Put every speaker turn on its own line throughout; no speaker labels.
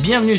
Bienvenue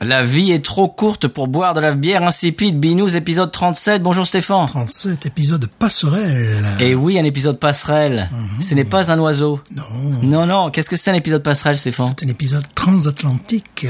La vie est trop courte pour boire de la bière insipide. Binous épisode 37. Bonjour Stéphane.
37 épisodes de passerelle.
Et oui, un épisode passerelle. Ce n'est pas un oiseau.
Non.
Non, non. Qu'est-ce que c'est un épisode passerelle, Stéphane
C'est un épisode transatlantique.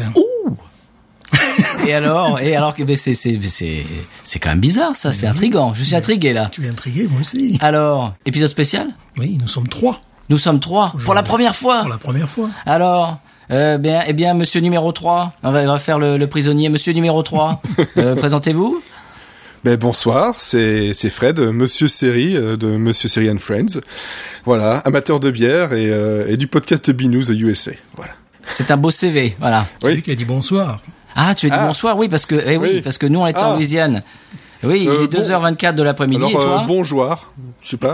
Et alors Et alors que mais c'est c'est c'est c'est quand même bizarre ça. C'est intriguant. Je suis intrigué là.
Tu es intrigué, moi aussi.
Alors, épisode spécial
Oui, nous sommes trois
Nous sommes trois pour la première fois.
pour la première fois.
Alors, euh, bien, eh bien, monsieur numéro 3, on va, on va faire le, le prisonnier. Monsieur numéro 3, euh, présentez-vous.
Ben bonsoir, c'est c'est Fred, euh, Monsieur Série euh, de Monsieur Série and Friends. Voilà, amateur de bière et, euh, et du podcast de Binous USA. Voilà.
C'est un beau CV, voilà.
C'est
Oui.
lui qui a dit bonsoir.
Ah, tu as dit
Ah.
bonsoir, oui, parce que, eh oui,
Oui.
parce que nous, on était en
Ah.
Louisiane. Oui,
Euh,
il est
bon.
2h24 de l'après-midi, et
Alors
toi
euh, bonjour, je sais pas.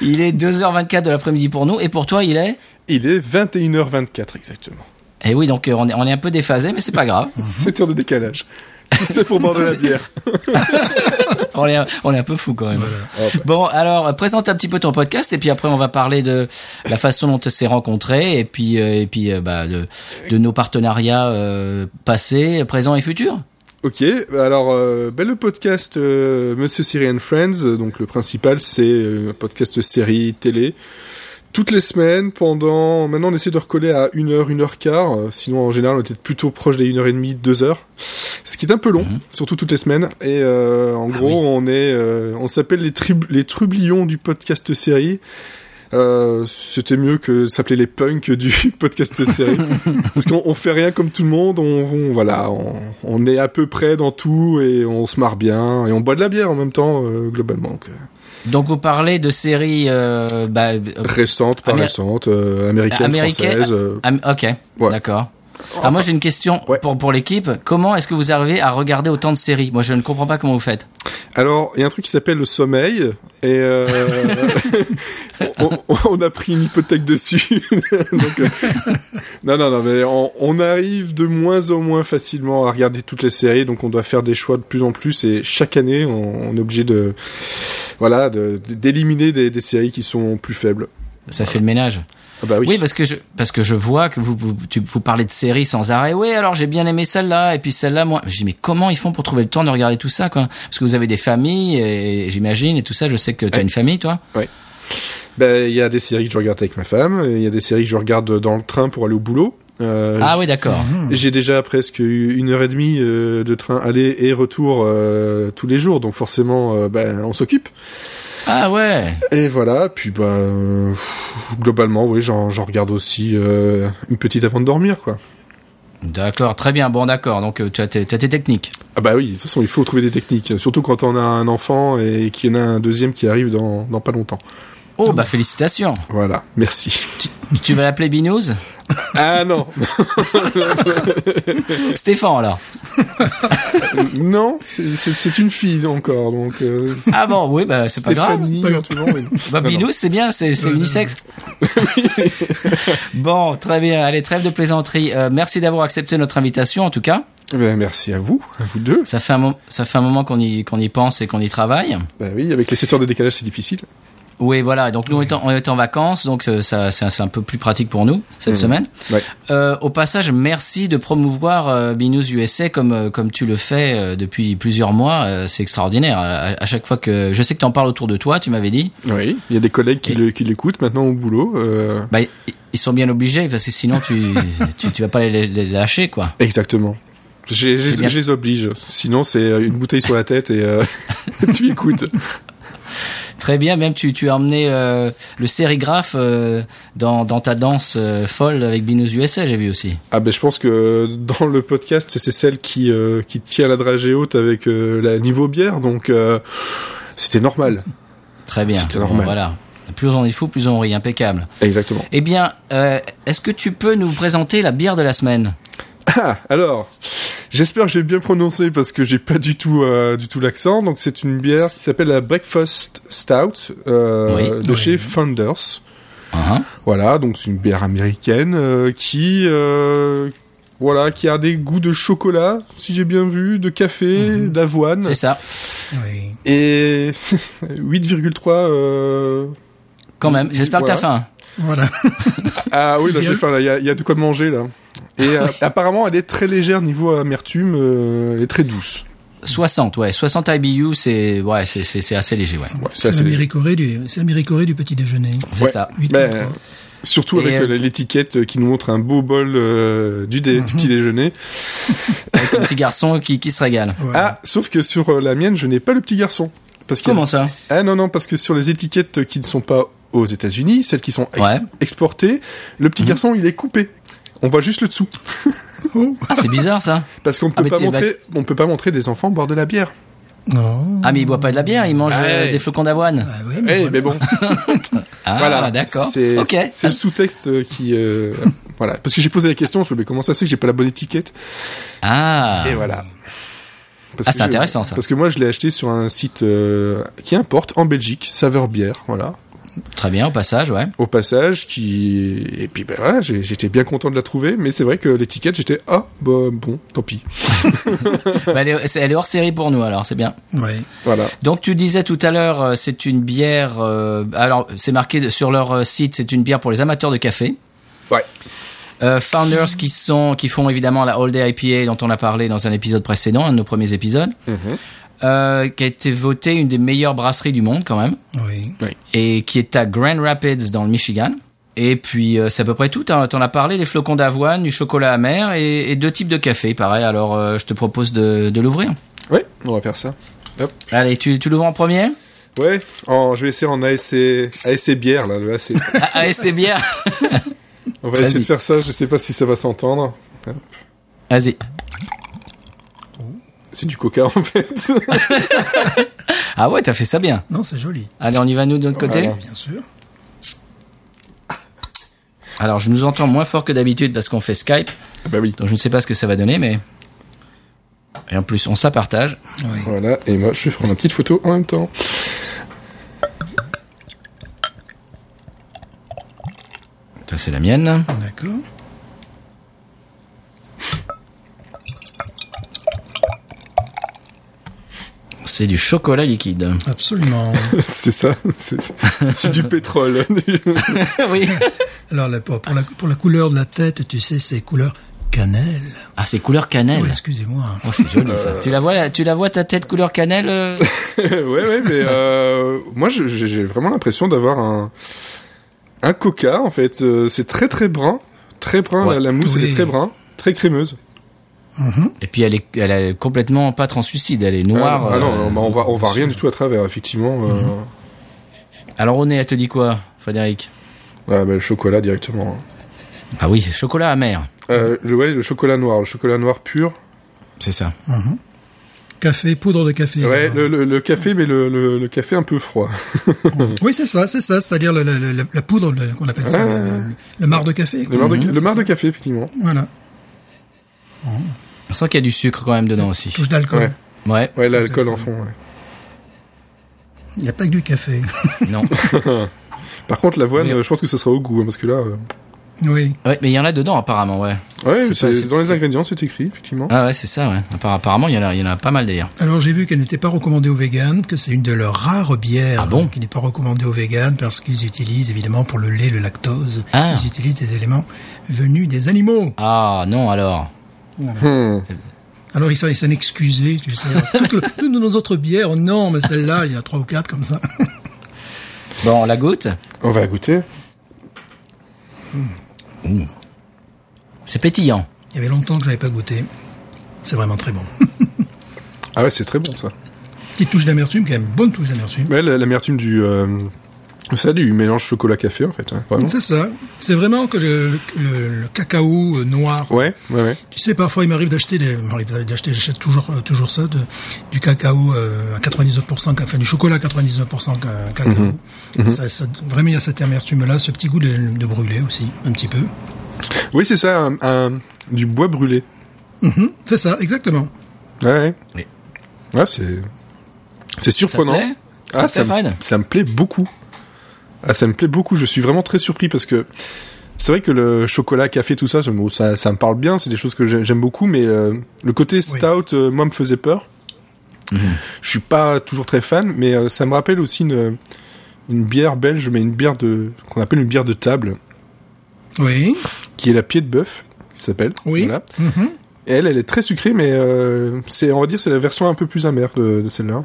Il est 2h24 de l'après-midi pour nous, et pour toi, il est
Il est 21h24 exactement.
Eh oui, donc euh, on est, on est un peu déphasé, mais c'est pas grave.
7 heures de décalage. Tout ça pour boire de la bière.
on, est, un- on est un peu fou quand même. Bon, alors euh, présente un petit peu ton podcast et puis après on va parler de la façon dont on s'est rencontrés et puis euh, et puis euh, bah, de, de nos partenariats euh, passés, présents et futurs.
Ok, alors euh, ben, le podcast euh, Monsieur Série and Friends, euh, donc le principal, c'est euh, un podcast série télé. Toutes les semaines, pendant... Maintenant, on essaie de recoller à 1h, 1h15. euh, sinon, en général, on était plutôt proche des 1h30, 2h. Ce qui est un peu long,
Mhm.
surtout toutes les semaines. Et euh, en
Ah
gros,
oui.
on est, euh, on s'appelle les, trib- les trublions du podcast série. Euh, c'était mieux que s'appeler les punks du podcast série parce qu'on on fait rien comme tout le monde on, on- voilà on, on est à peu près dans tout et on se marre bien et on boit de la bière en même temps euh, globalement donc, euh,
Donc vous parlez de séries euh, bah, euh,
récente pas
Amé-
récente euh, américaine
Américaine-
française euh,
am- OK,
Ouais.
d'accord. Ah moi j'ai une question
ouais.
pour pour l'équipe, comment est-ce que vous arrivez à regarder autant de séries Moi je ne comprends pas comment vous faites.
Alors, il y a un truc qui s'appelle le sommeil, et euh, on, on- on a pris une hypothèque dessus. Donc, euh, non, non, non, mais on, on arrive de moins en moins facilement à regarder toutes les séries, donc on doit faire des choix de plus en plus, et chaque année, on, on est obligé de, voilà, de- d'éliminer des, des séries qui sont plus faibles. Bah,
Ça fait le ménage.
Ah bah oui.
Oui, parce que je, parce que je vois que vous, vous, tu- vous parlez de séries sans arrêt. Oui, alors j'ai bien aimé celle-là et puis celle-là, moi. Je dis, mais comment ils font pour trouver le temps de regarder tout ça, quoi? Parce que vous avez des familles, et j'imagine, et tout ça. Je sais que tu as une famille, toi.
Ben, il y a des séries que je regarde avec ma femme, et il y a des séries que je regarde dans le train pour aller au boulot. Euh,
Ah oui, d'accord.
Mm. Mhm.
J'ai déjà presque eu une heure et demie euh, de train aller et retour euh, tous les jours, donc forcément, euh, ben, on s'occupe.
Ah ouais.
Et voilà, puis bah, euh, pff, globalement, oui, j'en j'en regarde aussi euh, une petite avant de dormir, quoi.
D'accord, très bien. Bon, d'accord. Donc, euh, tu as tes, t'as tes techniques.
Ah bah oui, de toute façon, il faut trouver des techniques, surtout quand on a un enfant et qu'il y en a un deuxième qui arrive dans, dans pas longtemps.
Oh, bah, félicitations.
Voilà, merci.
Tu vas l'appeler Binous?
Ah non,
Stéphane, alors.
non, c'est- c'est c'est une fille encore, donc... Euh,
Ah bon, oui, bah, c'est pas grave.
Stéphanie,
Pas grave.
éventuellement, mais-
Bah,
Non, non.
Binous, c'est bien, c'est, c'est
Euh,
unisexe. bon, très bien. Allez, trêve de plaisanterie. Euh, merci d'avoir accepté notre invitation, en tout cas.
Ben, merci à vous, à vous deux.
Ça fait un, mom- ça fait un moment qu'on y, qu'on y pense et qu'on y travaille.
Bah oui, avec les 7 heures de décalage, c'est difficile.
Oui, voilà. Donc nous, on est en, on est en vacances, donc euh, ça, c'est un- c'est un peu plus pratique pour nous cette
Mhm.
semaine.
Ouais.
Euh, au passage, merci de promouvoir euh, Binous USA comme euh, comme tu le fais euh, depuis plusieurs mois. Euh, c'est extraordinaire. À, à chaque fois que je sais que tu en parles autour de toi, tu m'avais dit.
Oui, il y a des collègues qui
Et-
le- qui l'écoutent maintenant au boulot. euh,
Bah, i- ils sont bien obligés parce que sinon tu tu, tu vas pas les, les lâcher quoi.
Exactement. J'ai-
C'est bien.
j'ai- Je les oblige. Sinon, c'est euh, une bouteille sur la tête et euh, tu écoutes.
Très bien. Même tu tu as emmené euh, le sérigraphe euh, dans dans ta danse euh, folle avec Binous USA. J'ai vu aussi.
Ah ben, je pense que dans le podcast, c'est celle qui, euh, qui tient la dragée haute avec euh, la niveau bière, donc euh, c'était normal.
Très bien.
C'était normal.
voilà. Plus on est fou, plus on rit. Impeccable.
Exactement.
Eh bien, euh, est-ce que tu peux nous présenter la bière de la semaine
Ah, alors, j'espère que j'ai bien prononcé parce que j'ai pas du tout euh, du tout l'accent. Donc c'est une bière qui s'appelle la Breakfast Stout euh,
Oui.
de
Oui.
chez Founders.
Hein
Voilà, donc c'est une bière américaine euh, qui euh, voilà, qui a des goûts de chocolat, si j'ai bien vu, de café, d'avoine
C'est ça,
Oui.
et 8,3 euh...
quand même. J'espère que t'as faim.
Voilà.
Ah oui, là
Bien.
j'ai faim, là. il y a, il y a de quoi manger là. Et euh, apparemment, elle est très légère niveau amertume, euh, elle est très douce.
60, ouais. 60 IBU, c'est ouais, c'est c'est c'est assez léger, ouais.
Ouais, c'est
C'est
assez léger.
l'américoré du, c'est l'américoré du petit déjeuner.
C'est
Ouais.
ça.
Huit
Mais,
ans, quoi.
Surtout
Et,
avec
euh,
euh, l'étiquette euh, qui nous montre un beau bol euh, du, dé- du petit déjeuner.
Avec un petit garçon qui qui se régale.
Voilà.
Ah, sauf que sur euh, la mienne, je n'ai pas le petit garçon. Parce qu'il y a-
Comment ça
Ah non, non, parce que sur les étiquettes qui ne sont pas aux États-Unis, celles qui sont ex-
Ouais. Mhm.
exportées, le petit garçon, il est coupé. On voit juste le dessous.
Ah, c'est bizarre ça.
Parce qu'on
Ah,
peut
mais
pas
t'es
montrer, on peut pas montrer des enfants boire de la bière.
Non.
Ah, mais il boit pas de la bière, il mange euh,
Ouais.
des flocons d'avoine.
Ah oui,
Eh,
mais voilà.
mais bon.
Ah,
voilà.
d'accord.
C'est
Ok. Ah.
c'est le sous-texte euh, qui, euh, voilà. Parce que j'ai posé la question, je me dis, mais comment ça se fait que j'ai pas la bonne étiquette?
Ah.
Et voilà.
Ah,
Parce que
c'est
je-
intéressant, ça.
Parce que moi, je l'ai acheté sur un site euh, qui importe en Belgique, Saveur Bière, voilà.
Très bien, au passage, ouais.
Au passage, qui et puis ben voilà, j'ai- j'étais bien content de la trouver, mais c'est vrai que l'étiquette, j'étais ah bah bon, tant pis,
Bah, elle, est, c'est- elle est hors série pour nous, alors, c'est bien.
Ouais.
voilà.
Donc, tu disais tout à l'heure, euh, c'est une bière. euh, alors, c'est marqué sur leur euh, site, c'est une bière pour les amateurs de café.
Ouais.
Euh, founders qui sont qui font évidemment la All Day IPA dont on a parlé dans un épisode précédent, un de nos premiers épisodes,
Mhm.
euh, qui a été votée une des meilleures brasseries du monde quand même.
Oui.
et qui est à Grand Rapids dans le Michigan. Et puis euh, c'est à peu près tout. hein. T'en as parlé, des flocons d'avoine, du chocolat amer et, et deux types de café, pareil. Alors euh, je te propose de, de l'ouvrir.
Ouais, on va faire ça. Hop.
Allez, tu, tu l'ouvres en premier
Ouais, en- je vais essayer en ASC ASC bière là, le AC.
ah, Allez, c'est bien.
On va
Vas-y.
essayer de faire ça. Je sais pas si ça va s'entendre.
Vas-y.
C'est du coca en fait.
Ah ouais, t'as fait ça bien.
Non, c'est joli.
Allez, on y va nous de notre côté.
Voilà.
Bien sûr.
Alors je nous entends moins fort que d'habitude parce qu'on fait Skype,
bah oui.
donc je ne sais pas ce que ça va donner, mais et en plus on ça partage.
Oui.
Voilà. Et moi, je vais prendre une petite photo en même temps.
Ça c'est la mienne.
D'accord.
C'est du chocolat liquide.
Absolument.
c'est ça. C'est ça. C'est du pétrole.
oui.
Alors, là, pour, pour la, pour la couleur de la tête, tu sais, c'est couleur cannelle.
Ah c'est couleur cannelle.
Oui, excusez-moi.
Oh, c'est joli
Euh.
ça. Tu la vois, tu la vois ta tête couleur cannelle. euh
ouais, ouais, mais euh, moi, je- j'ai j'ai vraiment l'impression d'avoir un un coca en fait. Euh, C'est très très brun, très brun.
Ouais.
La, la mousse elle
Oui.
est très brun, très crémeuse.
Mhm.
Et puis elle est, elle est complètement pas translucide. Elle est noire.
ah, non,
euh,
non, bah, on va on va rien du tout à travers effectivement. euh,
Alors au nez, elle te dit quoi, Frédéric
ouais, bah, le chocolat directement. hein.
Ah oui, chocolat amer.
Euh, le, ouais, le chocolat noir, le chocolat noir pur.
C'est ça.
Café, poudre de café.
Ouais,
également.
le, le- le café, mais le, le- le café un peu froid.
Oui, c'est ça, c'est ça. C'est-à-dire le- le- le- la, poudre, le- qu'on appelle ça,
Ah.
le, le- le marc de café.
Le
quoi.
marc de,
Mhm,
le marc
c'est
de café, effectivement.
ça. Voilà.
On sent qu'il y a du sucre quand même dedans aussi.
Touche d'alcool.
Ouais.
Ouais.
Ouais, l'alcool en fond. ouais.
Il n'y a pas que du café.
Non.
Par contre, l'avoine,
Oui.
euh, je pense que ce sera au goût, hein, parce que là, euh,
oui.
Ouais, mais il y en a dedans apparemment, ouais.
ouais,
C'est
c'est-
pas- c'est-
dans les
c'est-
ingrédients, c'est écrit, effectivement.
Ah ouais, c'est ça, ouais. Appar- Apparemment, il y en a, il y en a pas mal d'ailleurs.
Alors j'ai vu qu'elle n'était pas recommandée aux véganes, que c'est une de leurs rares bières
Ah bon
hein, qui n'est pas recommandée aux véganes parce qu'ils utilisent évidemment pour le lait, le lactose,
Ah.
ils utilisent des éléments venus des animaux.
Ah non, alors.
Hmm.
Alors ils s'en ils s'en excusaient, tu sais. Toutes, le- toutes nos autres bières, non, mais celle-là, il y en a trois ou quatre comme ça.
Bon, on la goûte.
On va goûter.
C'est pétillant.
Il y avait longtemps que j'avais pas goûté. C'est vraiment très bon.
Ah ouais, c'est très bon, ça.
Petite touche d'amertume quand même, bonne touche d'amertume.
Ouais, la- l'amertume du... euh, ça, du mélange chocolat-café, en fait. hein, vraiment.
C'est ça. C'est vraiment que le, le- le- le cacao euh, noir.
Ouais, ouais, ouais.
Tu sais, parfois il m'arrive d'acheter des, il m'arrive d'acheter, j'achète toujours, euh, toujours ça, de- du cacao euh, à 99%, enfin du chocolat à 99% ca- cacao. Ça, ça- vraiment il y a cette amertume-là, ce petit goût de, de brûlé aussi, un petit peu.
Oui, c'est ça, un- un- du bois brûlé.
Mhm, c'est ça, exactement.
Ouais.
Oui.
Ouais, c'est c'est surprenant.
Ça te plaît Ça
ah,
te plaît,
ça, me,
Fred
ça me plaît beaucoup. Ah, ça me plaît beaucoup. Je suis vraiment très surpris parce que c'est vrai que le chocolat, café, tout ça, ça, me- ça, ça me parle bien. C'est des choses que j'ai- j'aime beaucoup, mais euh, le côté stout, euh, moi, me faisait peur. Je suis pas toujours très fan, mais euh, ça me rappelle aussi une, une bière belge, mais une bière de qu'on appelle une bière de table,
Oui.
qui est la pied de bœuf, qui s'appelle.
Oui.
Voilà.
Mhm.
Et Elle, elle est très sucrée, mais euh, c'est, on va dire, c'est la version un peu plus amère de, de celle-là.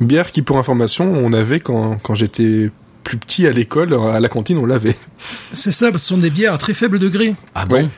Bière qui, pour information, on avait quand, quand j'étais plus petit à l'école, à la cantine, on l'avait.
C'est ça, parce que ce sont des bières à très faible degré.
Ah bon
Ouais.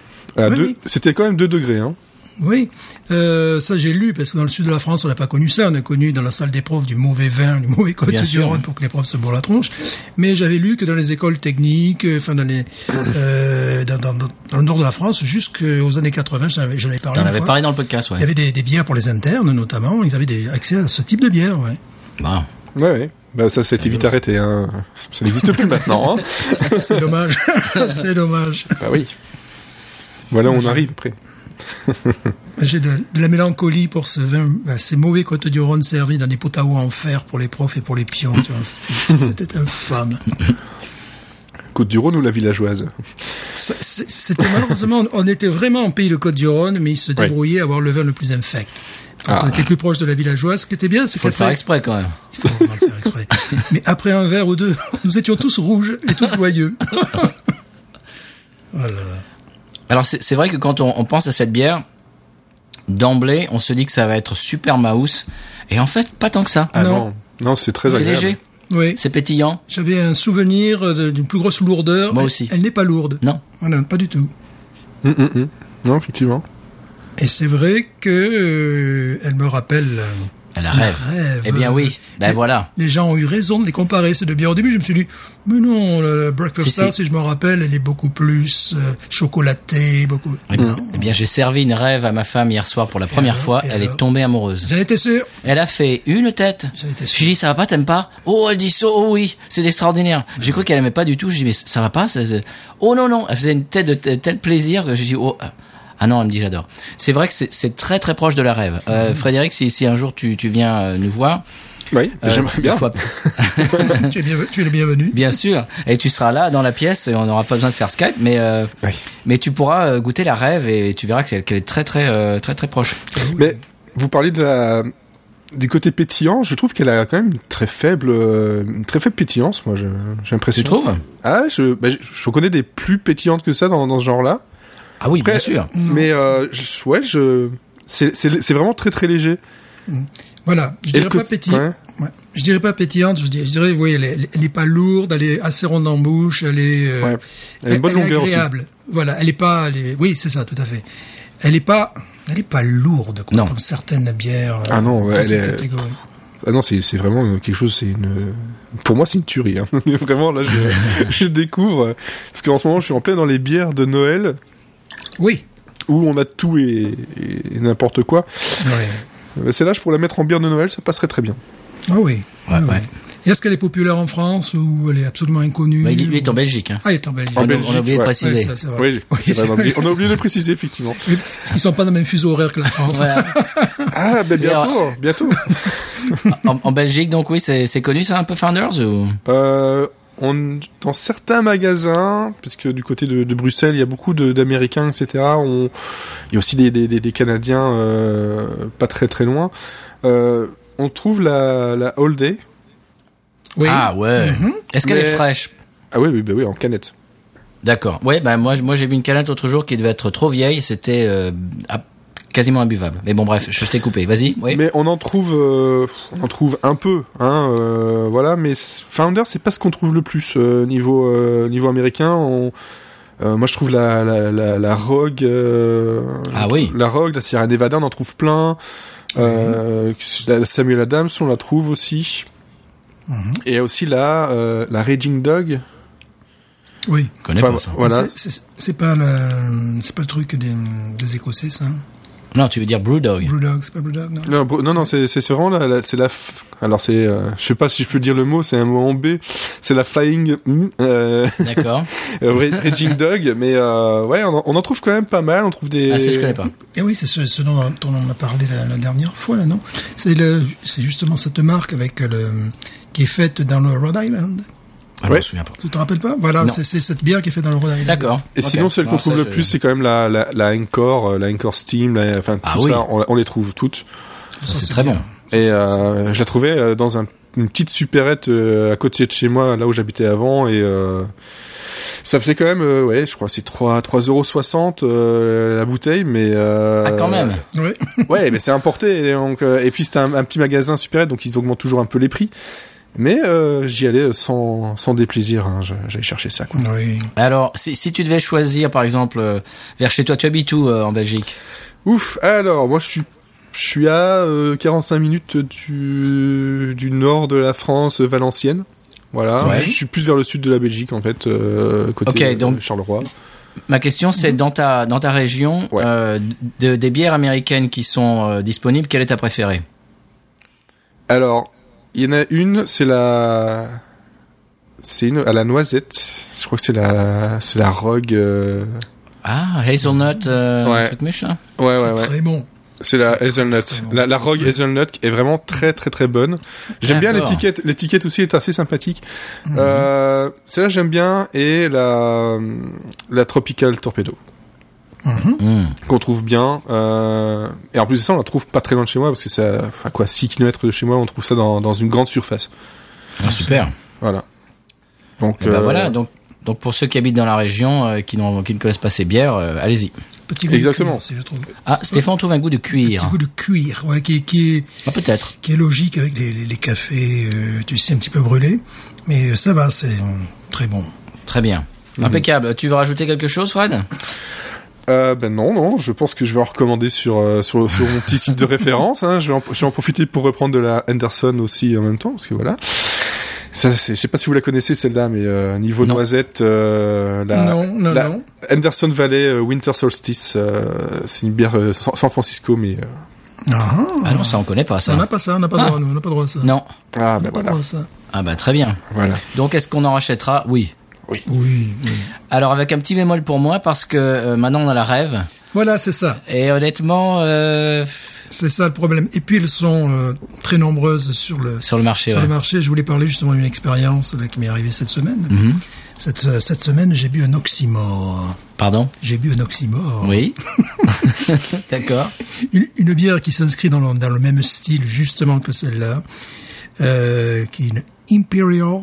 À
Oui,
deux-
oui.
C'était quand même 2 degrés. Hein.
Oui, euh, ça j'ai lu parce que dans le sud de la France on n'a pas connu ça. On a connu dans la salle des profs du mauvais vin, du mauvais côté
Bien
du
sûr,
Rhône
hein.
pour que les profs se bourrent la tronche. Mais j'avais lu que dans les écoles techniques, euh, enfin dans les euh, dans, dans, dans- dans le nord de la France, jusqu'aux années 80, j'en avais, j'en avais parlé.
T'en
une
avais
fois.
parlé dans le podcast,
Il y
ouais.
avait des, des bières pour les internes notamment. Ils avaient des accès à ce type de bière. Ouais.
Bon.
Ouais, ouais. Bah, ça s'était vite arrêté. Hein. Ça n'existe plus maintenant. Hein.
C'est dommage. C'est dommage.
Bah oui. Voilà, on arrive après.
J'ai de, de la mélancolie pour ce vin, euh, ces mauvais côtes du Rhône servis dans des pots à eau en fer pour les profs et pour les pions. tu vois. C'était- C'était infâme.
Côte du Rhône ou la villageoise
Ça, c'est- C'était malheureusement, on était vraiment en pays de Côte-du-Rhône, mais ils se débrouillaient à avoir le vin le plus infect. Quand
Ah.
on était plus proche de la villageoise, ce qui était bien, c'est
Faut le faire
qu'après,
exprès quand même.
il faut vraiment le faire exprès. mais après un verre ou deux, nous étions tous rouges et tous joyeux. oh là là.
Alors c'est c'est vrai que quand on, on pense à cette bière, d'emblée, on se dit que ça va être super mouse. Et en fait, pas tant que ça.
Non.
Ah non. Non, c'est très
C'est
agréable.
léger,
Oui.
c'est pétillant.
J'avais un souvenir de- d'une plus grosse lourdeur.
Moi
Elle-
aussi.
Elle, n'est pas lourde.
Non.
Voilà, pas du tout.
Hum, hum, hum. Non, effectivement.
Et c'est vrai que euh, elle me rappelle. euh,
Elle rêve.
rêve.
Eh bien oui, ben
Mais-
voilà.
Les gens ont eu raison de les comparer ces deux bières. Au début, je me suis dit, mais non, le, le Breakfast
Si,
Star,
si.
si. je me rappelle, elle est beaucoup plus euh, chocolatée, beaucoup.
Eh bien, eh bien, j'ai servi une rêve à ma femme hier soir pour la première
alors,
fois.
et
Elle est
alors
tombée amoureuse.
J'en étais sûr.
Elle a fait une tête.
J'en étais sûr.
J'ai dit ça va pas, t'aimes pas Oh, elle dit ça, oh oui, c'est extraordinaire. J'ai cru qu'elle aimait pas du tout. J'ai dit mais ça va pas ça- ça- Oh non non, elle faisait une tête de t- tel plaisir que j'ai dit oh. euh, Ah non, elle me dit j'adore. C'est vrai que c'est- c'est très très proche de la rêve. Euh,
Mhm.
Frédéric, si, si un jour tu, tu viens euh, nous voir,
Oui,
euh,
j'aimerais
il
bien.
faut-
Hein.
tu, es bienvenu- tu es le bienvenu.
bien sûr, et tu seras là dans la pièce et on n'aura pas besoin de faire Skype, mais euh,
Oui.
mais tu pourras euh, goûter la rêve et tu verras que c'est- qu'elle est très très euh, très très proche.
Euh,
Mais vous parlez de la du côté pétillant, je trouve qu'elle a quand même une très faible, euh, une très faible pétillance. Moi, je- j'ai l'impression.
Tu trouves
Ah, je, bah, je, je connais des plus pétillantes que ça dans, dans ce genre-là.
Ah oui,
Après-
bien sûr.
Mais euh, je- ouais, je c'est c'est c'est vraiment très très léger.
Voilà. Je
Et
dirais
le
pas
côté-
pétillante.
ouais.
Je dirais pas pétillante. Je dirais, je dirais oui, elle est, elle est pas lourde, elle est assez ronde en bouche, elle est, euh,
Ouais. Elle a une bonne
est
longueur aussi.
agréable. Voilà. Elle est pas, elle est- oui, c'est ça, tout à fait. Elle est pas, elle est pas lourde, quoi,
Non.
comme certaines bières. euh,
Ah non, ouais,
de
elle
cette
est-
catégorie.
Ah non, c'est c'est vraiment euh, quelque chose. C'est une pour moi c'est une tuerie. Hein. vraiment là, je, je découvre euh, parce qu'en ce moment je suis en plein dans les bières de Noël
Oui.
où on a tout et, et- et n'importe quoi.
Ouais.
Euh, Celle-là, je pourrais la mettre en bière de Noël, ça passerait très bien.
Ah oui.
Ouais,
euh,
oui, oui.
ouais.
Et Est-ce qu'elle est populaire en France ou elle est absolument inconnue
Bah, il est- il est en Belgique. Hein.
Ah, elle est en Belgique.
En
on, a-
Belgique,
on a oublié de
ouais.
Ouais,
préciser.
ça, c'est vrai.
Oui, c'est
c'est
vrai, on a
vrai.
oublié- on a oublié de le préciser, effectivement.
Oui, Parce qu'ils sont pas dans le même fuseau horaire que la France.
Voilà.
Ah, ben
Et alors-
bientôt, bientôt.
en, en Belgique, donc oui, c'est c'est connu ça un peu Founders ou
Euh, on, dans certains magasins, parce que du côté de, de Bruxelles, il y a beaucoup de- d'Américains, etc. On, il y a aussi des, des, des- des Canadiens euh, pas très très loin. Euh, on trouve la, la All Day.
Oui.
Ah ouais. Est-ce qu'elle
Mais-
est fraîche
Ah oui, oui, bah oui, en canette.
D'accord. Ouais, ben moi, moi j'ai bu une canette l'autre jour qui devait être trop vieille, c'était euh, à- quasiment imbuvable. Mais bon, bref, je t'ai coupé. Vas-y. Oui.
Mais on en trouve, euh, on en trouve un peu, hein, euh, voilà. Mais s- Founder, c'est pas ce qu'on trouve le plus euh, niveau euh, niveau américain. On- euh, moi, je trouve la la la, la Rogue, euh,
Ah
je-
oui.
la Rogue, la Sierra Nevada, on en trouve plein. Euh,
Mhm.
la Samuel Adams, on la trouve aussi. Et aussi la euh, la Raging Dog.
Oui.
Je connais
Ah,
Enfin,
pas ça.
voilà.
C'est- C'est c'est pas le, c'est pas le truc des, des Écossais, ça. hein.
Non, tu veux dire Brewdog.
Brewdog, c'est pas Brewdog, non
Non, bro- non, non, c'est c'est vraiment là, là, c'est la. f- Alors c'est, euh, je sais pas si je peux dire le mot, c'est un mot en B. C'est la flying mm, euh,
D'accord.
Ra- raging dog, mais euh, ouais, on en, on en trouve quand même pas mal. On trouve des.
Ah, ça, je connais pas.
Et Eh oui, c'est ce, ce dont, dont on a parlé la, la dernière fois, là, non C'est le, c'est justement cette marque avec le, qui est faite dans le Rhode Island.
Ah, Je me
Ouais.
souviens pas.
Tu te rappelles pas Voilà,
Non.
c'est, c'est cette bière qui est faite dans le Rhode Island.
D'accord.
Et
Ok.
sinon, celle qu'on
Non,
trouve
ça,
le
je-
plus, c'est quand même la la, la Anchor, euh, la Anchor Steam, la- enfin
Ah
tout
oui.
ça, on, on les trouve toutes.
Ça,
Ah, c'est très
bien.
bon.
Et euh, je la trouvais euh, dans un- une petite supérette euh, à côté de chez moi, là où j'habitais avant, et euh, ça faisait quand même, euh, ouais, je crois, c'est 3 3,60 euros la bouteille, mais euh,
Ah, quand même.
Oui.
ouais, mais c'est importé, et, donc, euh, et puis c'était un, un petit magasin supérette, donc ils augmentent toujours un peu les prix. Mais euh, j'y allais sans sans déplaisir, hein, je- j'allais chercher ça. Quoi.
Oui.
Alors, si, si tu devais choisir, par exemple, euh, vers chez toi, tu habites où euh, en Belgique
Ouf. Alors, moi, je suis, je suis à euh, 45 minutes du, du nord de la France, euh, Valenciennes. Voilà.
Ouais.
Je suis plus vers le sud de la Belgique, en fait, euh, côté
Ok,
euh,
donc-
Charleroi.
Ma question, c'est dans ta dans ta région,
Ouais.
euh, de, des bières américaines qui sont euh, disponibles, quelle est ta préférée
Alors, il y en a une, c'est la, c'est une à la noisette. Je crois que c'est la, c'est la Rogue. euh,
Ah, hazelnut, euh,
Ouais.
truc méchant.
Ouais,
c'est
ouais, ouais.
très bon.
C'est la
c'est
hazelnut.
très bon.
La, la rogue hazelnut qui est vraiment très très très bonne. J'aime bien
D'accord. Mhm.
l'étiquette. L'étiquette aussi est assez sympathique. Euh, Celle-là j'aime bien et la la tropical torpedo
Mhm.
Hmm.
qu'on trouve bien. Euh, et en plus de ça on la trouve pas très loin de chez moi parce que ça à quoi 6 km de chez moi on trouve ça dans, dans une grande surface.
Ah, super.
Voilà. Donc
Eh ben
euh,
voilà, donc donc pour ceux qui habitent dans la région, euh, qui, n'ont- qui ne connaissent pas ces bières, euh, allez-y.
Petit goût de
Exactement.
cuir, si je trouve.
Ah, Stéphane, on trouve un goût de cuir.
Petit goût de cuir, ouais, qui, qui est
Ah, peut-être.
qui est logique avec les, les, les cafés, euh, tu sais, un petit peu brûlés. Mais euh, ça va, c'est euh, très bon.
Très bien. Impeccable. Tu veux rajouter quelque chose, Fred
Euh, ben non, non, je pense que je vais en recommander sur, euh, sur, sur mon petit site de référence. Hein. Je, vais en, je vais en profiter pour reprendre de la Anderson aussi en même temps, parce que voilà. Ça, c'est, je sais pas si vous la connaissez celle-là, mais euh, niveau
Non.
noisette, euh, la,
non, non,
la
non.
Anderson Valley euh, Winter Solstice, euh, c'est une bière euh, San San Francisco, mais euh,
Ah,
Ah non, ça on connaît pas
on n'a
ça.
pas ça, on n'a pas
Ah.
droit, nous, on n'a pas droit à ça.
Non.
ah
on
ben
n'a pas
voilà,
droit à ça.
Ah bah très bien.
voilà.
Donc est-ce qu'on en rachètera Oui.
Oui. oui.
Alors avec un petit bémol pour moi parce que euh, maintenant on a la rêve
Voilà, c'est ça.
et honnêtement euh,
C'est ça le problème. Et puis elles sont euh, très nombreuses sur le
sur le marché.
sur
ouais.
le marché. Je voulais parler justement d'une expérience là, qui m'est arrivée cette semaine.
Mhm.
Cette euh, cette semaine, j'ai bu un oxymore.
Pardon
J'ai bu un oxymore.
Oui. D'accord.
Une, une bière qui s'inscrit dans le, dans le même style justement que celle-là, euh, qui est une Imperial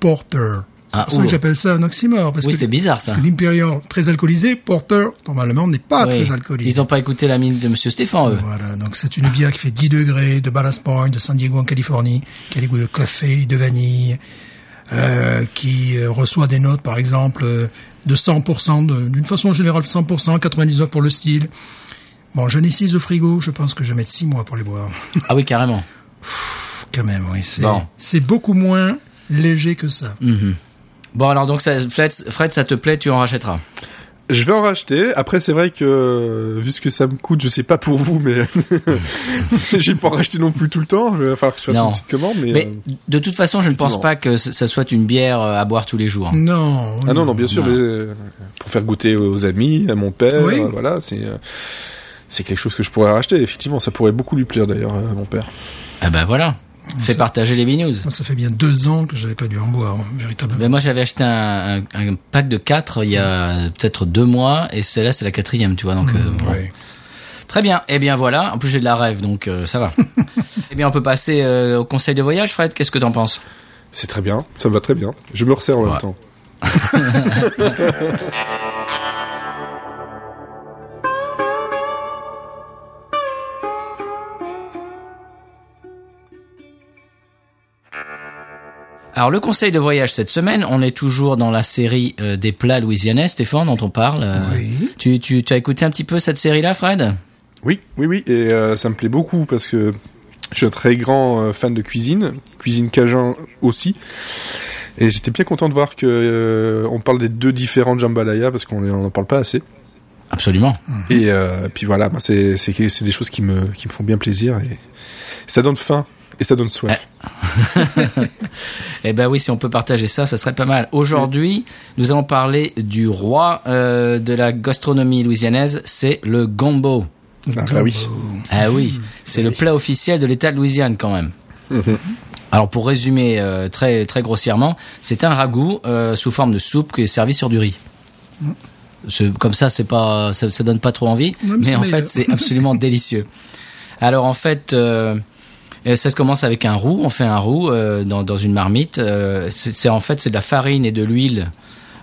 Porter.
Ah,
c'est pour ça
ouh.
que j'appelle ça un oxymore. Parce
Oui,
que-
c'est bizarre, ça.
Parce que l'Imperial, très alcoolisé, Porter, normalement, n'est pas
Oui.
très alcoolisé.
Ils ont pas écouté la mine de Monsieur Stéphane. Eux.
Voilà, donc c'est une bière qui fait 10 degrés de Ballast Point de San Diego en Californie, qui a des goûts de café, de vanille, euh, qui euh, reçoit des notes par exemple euh, de 100%, de- d'une façon générale 100%, 99% pour le style. Bon, j'en ai 6 au frigo, je pense que je vais mettre 6 mois pour les boire.
Ah oui, carrément.
Pff, Quand même, oui, c'est
Bon. Mm.
c'est beaucoup moins léger que ça.
Bon alors donc ça, Fred, Fred, ça te plaît, tu en rachèteras.
Je vais en racheter. Après, c'est vrai que euh, vu ce que ça me coûte, je sais pas pour vous, mais j'ai pas en racheter non plus tout le temps. Il va falloir que je fasse
Non.
une petite commande, mais,
Mais
euh,
de toute façon, je ne pense
effectivement.
pas que c- ça soit une bière euh, à boire tous les
Mm.
jours.
Non.
Ah non, non, bien sûr,
Non.
mais euh, pour faire goûter aux amis, à mon père,
Oui.
euh, voilà, c'est euh, c'est quelque chose que je pourrais racheter. Effectivement, ça pourrait beaucoup lui plaire d'ailleurs euh, à mon père.
Ah bah voilà. Fais
Ça-
partager les B-News.
Ça fait bien deux ans que j'avais pas dû en boire, hein, véritablement.
Ben moi j'avais acheté un, un, un pack de 4 il y a peut-être deux mois et celle-là c'est la quatrième tu vois donc euh, bon.
Mm. Ouais.
très bien et bien voilà en plus j'ai de la rêve donc euh, ça va et bien on peut passer euh, au conseil de voyage Fred qu'est-ce que t'en penses
C'est très bien, ça me va très bien. Je me resserre en
Ouais.
même temps.
alors le conseil de voyage cette semaine on est toujours dans la série euh, des plats louisianais Stéphane dont on parle euh,
Oui.
tu, tu, tu as écouté un petit peu cette série là Fred
Oui, oui, oui, et euh, ça me plaît beaucoup parce que je suis un très grand euh, fan de cuisine, cuisine cajun aussi. Et j'étais bien content de voir que euh, on parle des deux différents jambalaya parce qu'on les- on en parle pas assez.
Absolument.
Et euh, puis voilà, moi, c'est c'est que- c'est des choses qui me qui me font bien plaisir et ça donne faim et ça donne soif.
Eh ben oui, si on peut partager ça, ça serait pas mal. Aujourd'hui, nous allons parler du roi euh, de la gastronomie louisianaise, c'est le gombo.
Ah, bah oui.
Ah oui, c'est le plat officiel de l'État de Louisiane quand même. Alors pour résumer euh, très très grossièrement, c'est un ragoût euh, sous forme de soupe qui est servi sur du riz.
Mm.
Ce- comme ça, c'est pas ça, ça donne pas trop envie,
Ouais, mais
mais
c'est
en
meilleur.
fait c'est absolument délicieux. Alors en fait. euh, euh, ça se commence avec un roux, on fait un roux euh, dans, dans une marmite. euh, c'est c'est- en fait c'est de la farine et de l'huile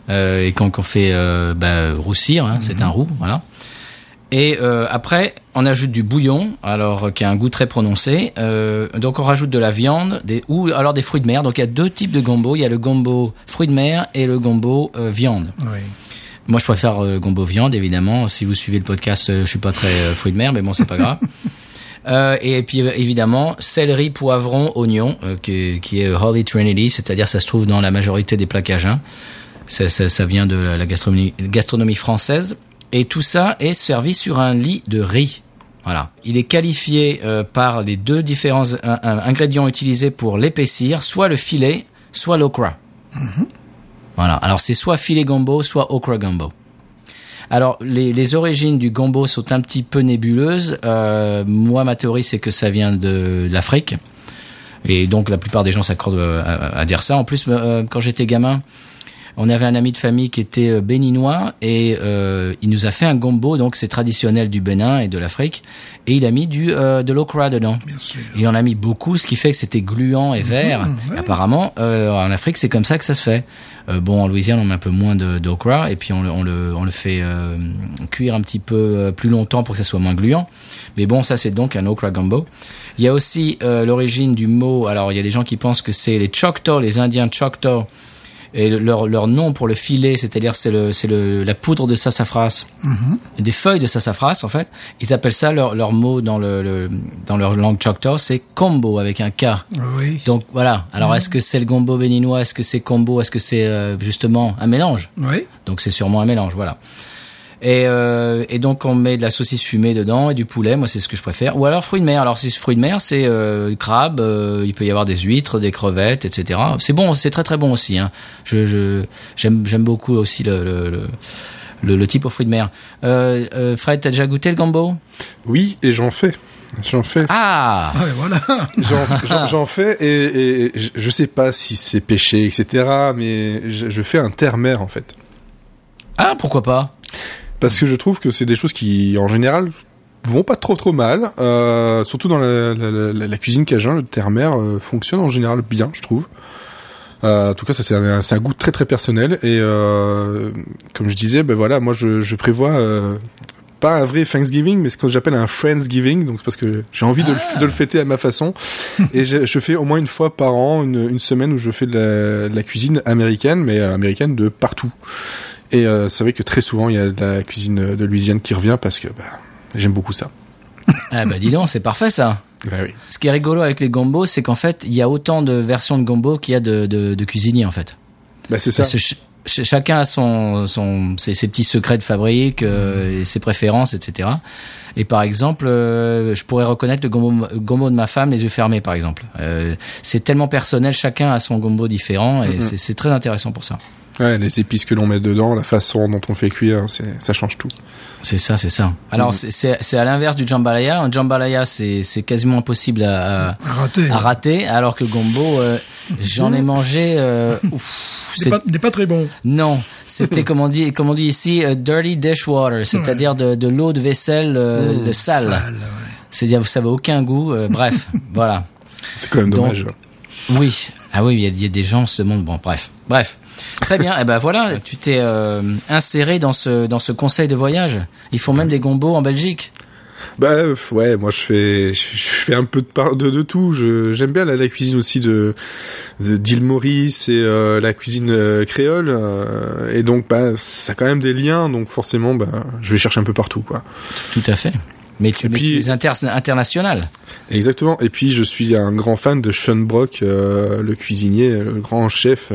euh, et qu'on qu'on fait euh, bah, roussir, hein,
Mm-hmm.
c'est un roux, voilà. Et euh, après, on ajoute du bouillon, alors euh, qui a un goût très prononcé. Euh, donc on rajoute de la viande, des, ou alors des fruits de mer. Donc il y a deux types de gombo. Il y a le gombo fruits de mer et le gombo euh, viande.
Oui.
Moi, je préfère euh, le gombo viande, évidemment. Si vous suivez le podcast, euh, je suis pas très euh, fruit de mer, mais bon, c'est pas grave. Euh, et puis euh, évidemment céleri, poivron, oignon, euh, qui, qui est Holy Trinity, c'est-à-dire ça se trouve dans la majorité des plats cajuns. Ça, ça, ça vient de la gastronomie, gastronomie française. Et tout ça est servi sur un lit de riz. Voilà. Il est qualifié euh, par les deux différents euh, euh, ingrédients utilisés pour l'épaissir, soit le filet, soit l'okra. Voilà. Alors c'est soit filet gombo, soit okra gombo. Alors les, les origines du gombo sont un petit peu nébuleuses. Euh, moi ma théorie c'est que ça vient de, de l'Afrique. Et donc la plupart des gens s'accordent euh, à, à dire ça. En plus euh, quand j'étais gamin, on avait un ami de famille qui était euh, béninois et euh, il nous a fait un gombo donc c'est traditionnel du Bénin et de l'Afrique et il a mis du euh, de l'okra dedans.
Bien sûr.
Il en a mis beaucoup, ce qui fait que c'était gluant et vert.
ouais.
Apparemment, euh, en Afrique, c'est comme ça que ça se fait. Euh, bon, en Louisiane, on met un peu moins de- d'okra et puis on, le- on le, on le fait euh, cuire un petit peu euh, plus longtemps pour que ça soit moins gluant. Mais bon, ça, c'est donc un okra gumbo. Il y a aussi euh, l'origine du mot. Alors, il y a des gens qui pensent que c'est les Choctaw, les Indiens Choctaw. Et le- leur, leur nom pour le filet, c'est-à-dire c'est le c'est le la poudre de sassafras, des feuilles de sassafras en fait. Ils appellent ça leur leur mot dans le, le- dans leur langue Choctaw, c'est combo avec un K.
Oui.
Donc voilà. Alors est-ce que c'est le gombo béninois, est-ce que c'est combo, est-ce que c'est euh, justement un mélange
Oui.
donc c'est sûrement un mélange, voilà. Et, euh, et donc on met de la saucisse fumée dedans et du poulet, moi c'est ce que je préfère. Ou alors fruits de mer. Alors si c'est fruits de mer, c'est euh, crabe, euh, il peut y avoir des huîtres, des crevettes, etc. C'est bon, c'est très très bon aussi. Hein. Je je- j'aime j'aime beaucoup aussi le le, le, le- le type aux fruits de mer. Euh, euh, Fred, t'as déjà goûté le gambo
Oui, et j'en fais. J'en fais.
Ah
Ah, et voilà.
J'en- J'en j'en fais et, et je- je sais pas si c'est péché, etc. Mais je, je fais un terre-mer en fait.
ah pourquoi pas
Parce que je trouve que c'est des choses qui, en général, vont pas trop trop mal. Euh, surtout dans la, la- la- la cuisine cajun, le terre-mer euh, fonctionne en général bien, je trouve. Euh, en tout cas, ça c'est un, c'est un goût très très personnel. Et euh, comme je disais, ben voilà, moi je, je prévois euh, pas un vrai Thanksgiving, mais ce que j'appelle un Friendsgiving. Donc c'est parce que j'ai envie de, le, f- de le fêter à ma façon. et je, je fais au moins une fois par an une, une semaine où je fais de la, de la cuisine américaine, mais euh, américaine de partout. Et euh, c'est vrai que très souvent, il y a de la cuisine de Louisiane qui revient parce que bah, j'aime beaucoup ça.
Ah bah dis donc, c'est parfait ça.
Bah oui.
Ce qui est rigolo avec les gombos, c'est qu'en fait il y a autant de versions de gombo qu'il y a de, de, de cuisiniers en fait.
Bah, c'est ça.
Parce que ch- ch- chacun a son, son, ses, ses petits secrets de fabrique, euh, et ses préférences, etc. Et par exemple, euh, je pourrais reconnaître le gombo, le gombo de ma femme, les yeux fermés, par exemple. Euh, c'est tellement personnel, chacun a son gombo différent, et c'est- c'est très intéressant pour ça.
Ouais, les épices que l'on met dedans, la façon dont on fait cuire, hein, c'est- ça change tout.
C'est ça, c'est ça. Alors, c'est- c'est c'est à l'inverse du jambalaya. Un jambalaya, c'est c'est quasiment impossible à, à-
Raté.
à rater, alors que gombo, euh, j'en ai mangé... euh, ouf,
N'est pas, n'est pas très bon.
Non, c'était comme on dit, comme on dit ici, euh, dirty dishwater, c'est-à-dire de, de l'eau de vaisselle euh, le sale.
Sale, ouais.
C'est-à-dire ça n'avez aucun goût. euh, bref, voilà.
C'est quand même
Donc-
dommage.
Oui, ah oui, il y a- il y, a des gens se demandent. Bon, bref, bref. Très bien. eh ben voilà, tu t'es euh, inséré dans ce dans ce conseil de voyage. Ils font même des gombos en Belgique.
Bah euh, ouais, moi je fais je, je fais un peu de par- de, de tout. Je j'aime bien la, la cuisine aussi de de- d'île Maurice et euh, la cuisine euh, créole euh, et donc bah ça a quand même des liens donc forcément bah je vais chercher un peu partout quoi.
Tout à fait. Mais tu,
Et
mais tu
puis-
les inter- internationales.
Exactement. Et puis je suis un grand fan de Sean Brock, euh, le cuisinier, le grand chef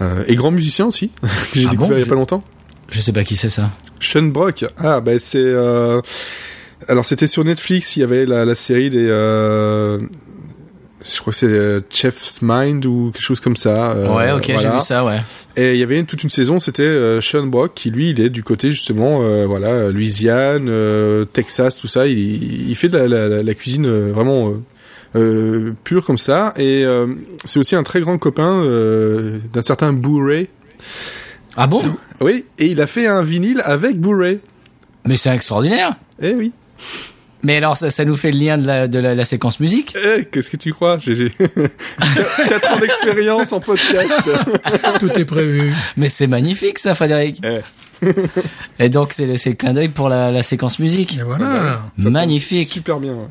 euh, et grand musicien aussi. que J'ai
Ah bon,
découvert il y a
je-
pas longtemps.
Je sais pas qui c'est ça.
Sean Brock. Ah, bah c'est. euh, Alors c'était sur Netflix, il y avait la, la série des. euh, Je crois que c'est euh, Chef's Mind ou quelque chose comme ça. euh,
ouais, ok, j'ai
voilà.
vu ça, ouais.
Et il y avait toute une saison, c'était euh, Sean Brock qui lui, il est du côté justement, euh, voilà, euh, Louisiane, euh, Texas, tout ça. Il, il fait de la, la- la- la cuisine euh, vraiment euh, euh, pure comme ça. Et euh, c'est aussi un très grand copain euh, d'un certain Blu-ray.
Ah bon
Oui, et il a fait un vinyle avec Blu-ray.
Mais c'est extraordinaire.
Eh oui.
Mais alors, ça, ça nous fait le lien de la, de la, la séquence musique.
Eh, qu'est-ce que tu crois J'ai 4 ans d'expérience en podcast.
Tout est prévu.
Mais c'est magnifique, ça, Frédéric.
Eh.
Et donc, c'est le, c'est le clin d'œil pour la, la séquence musique.
Et voilà.
Magnifique.
Super bien. ouais.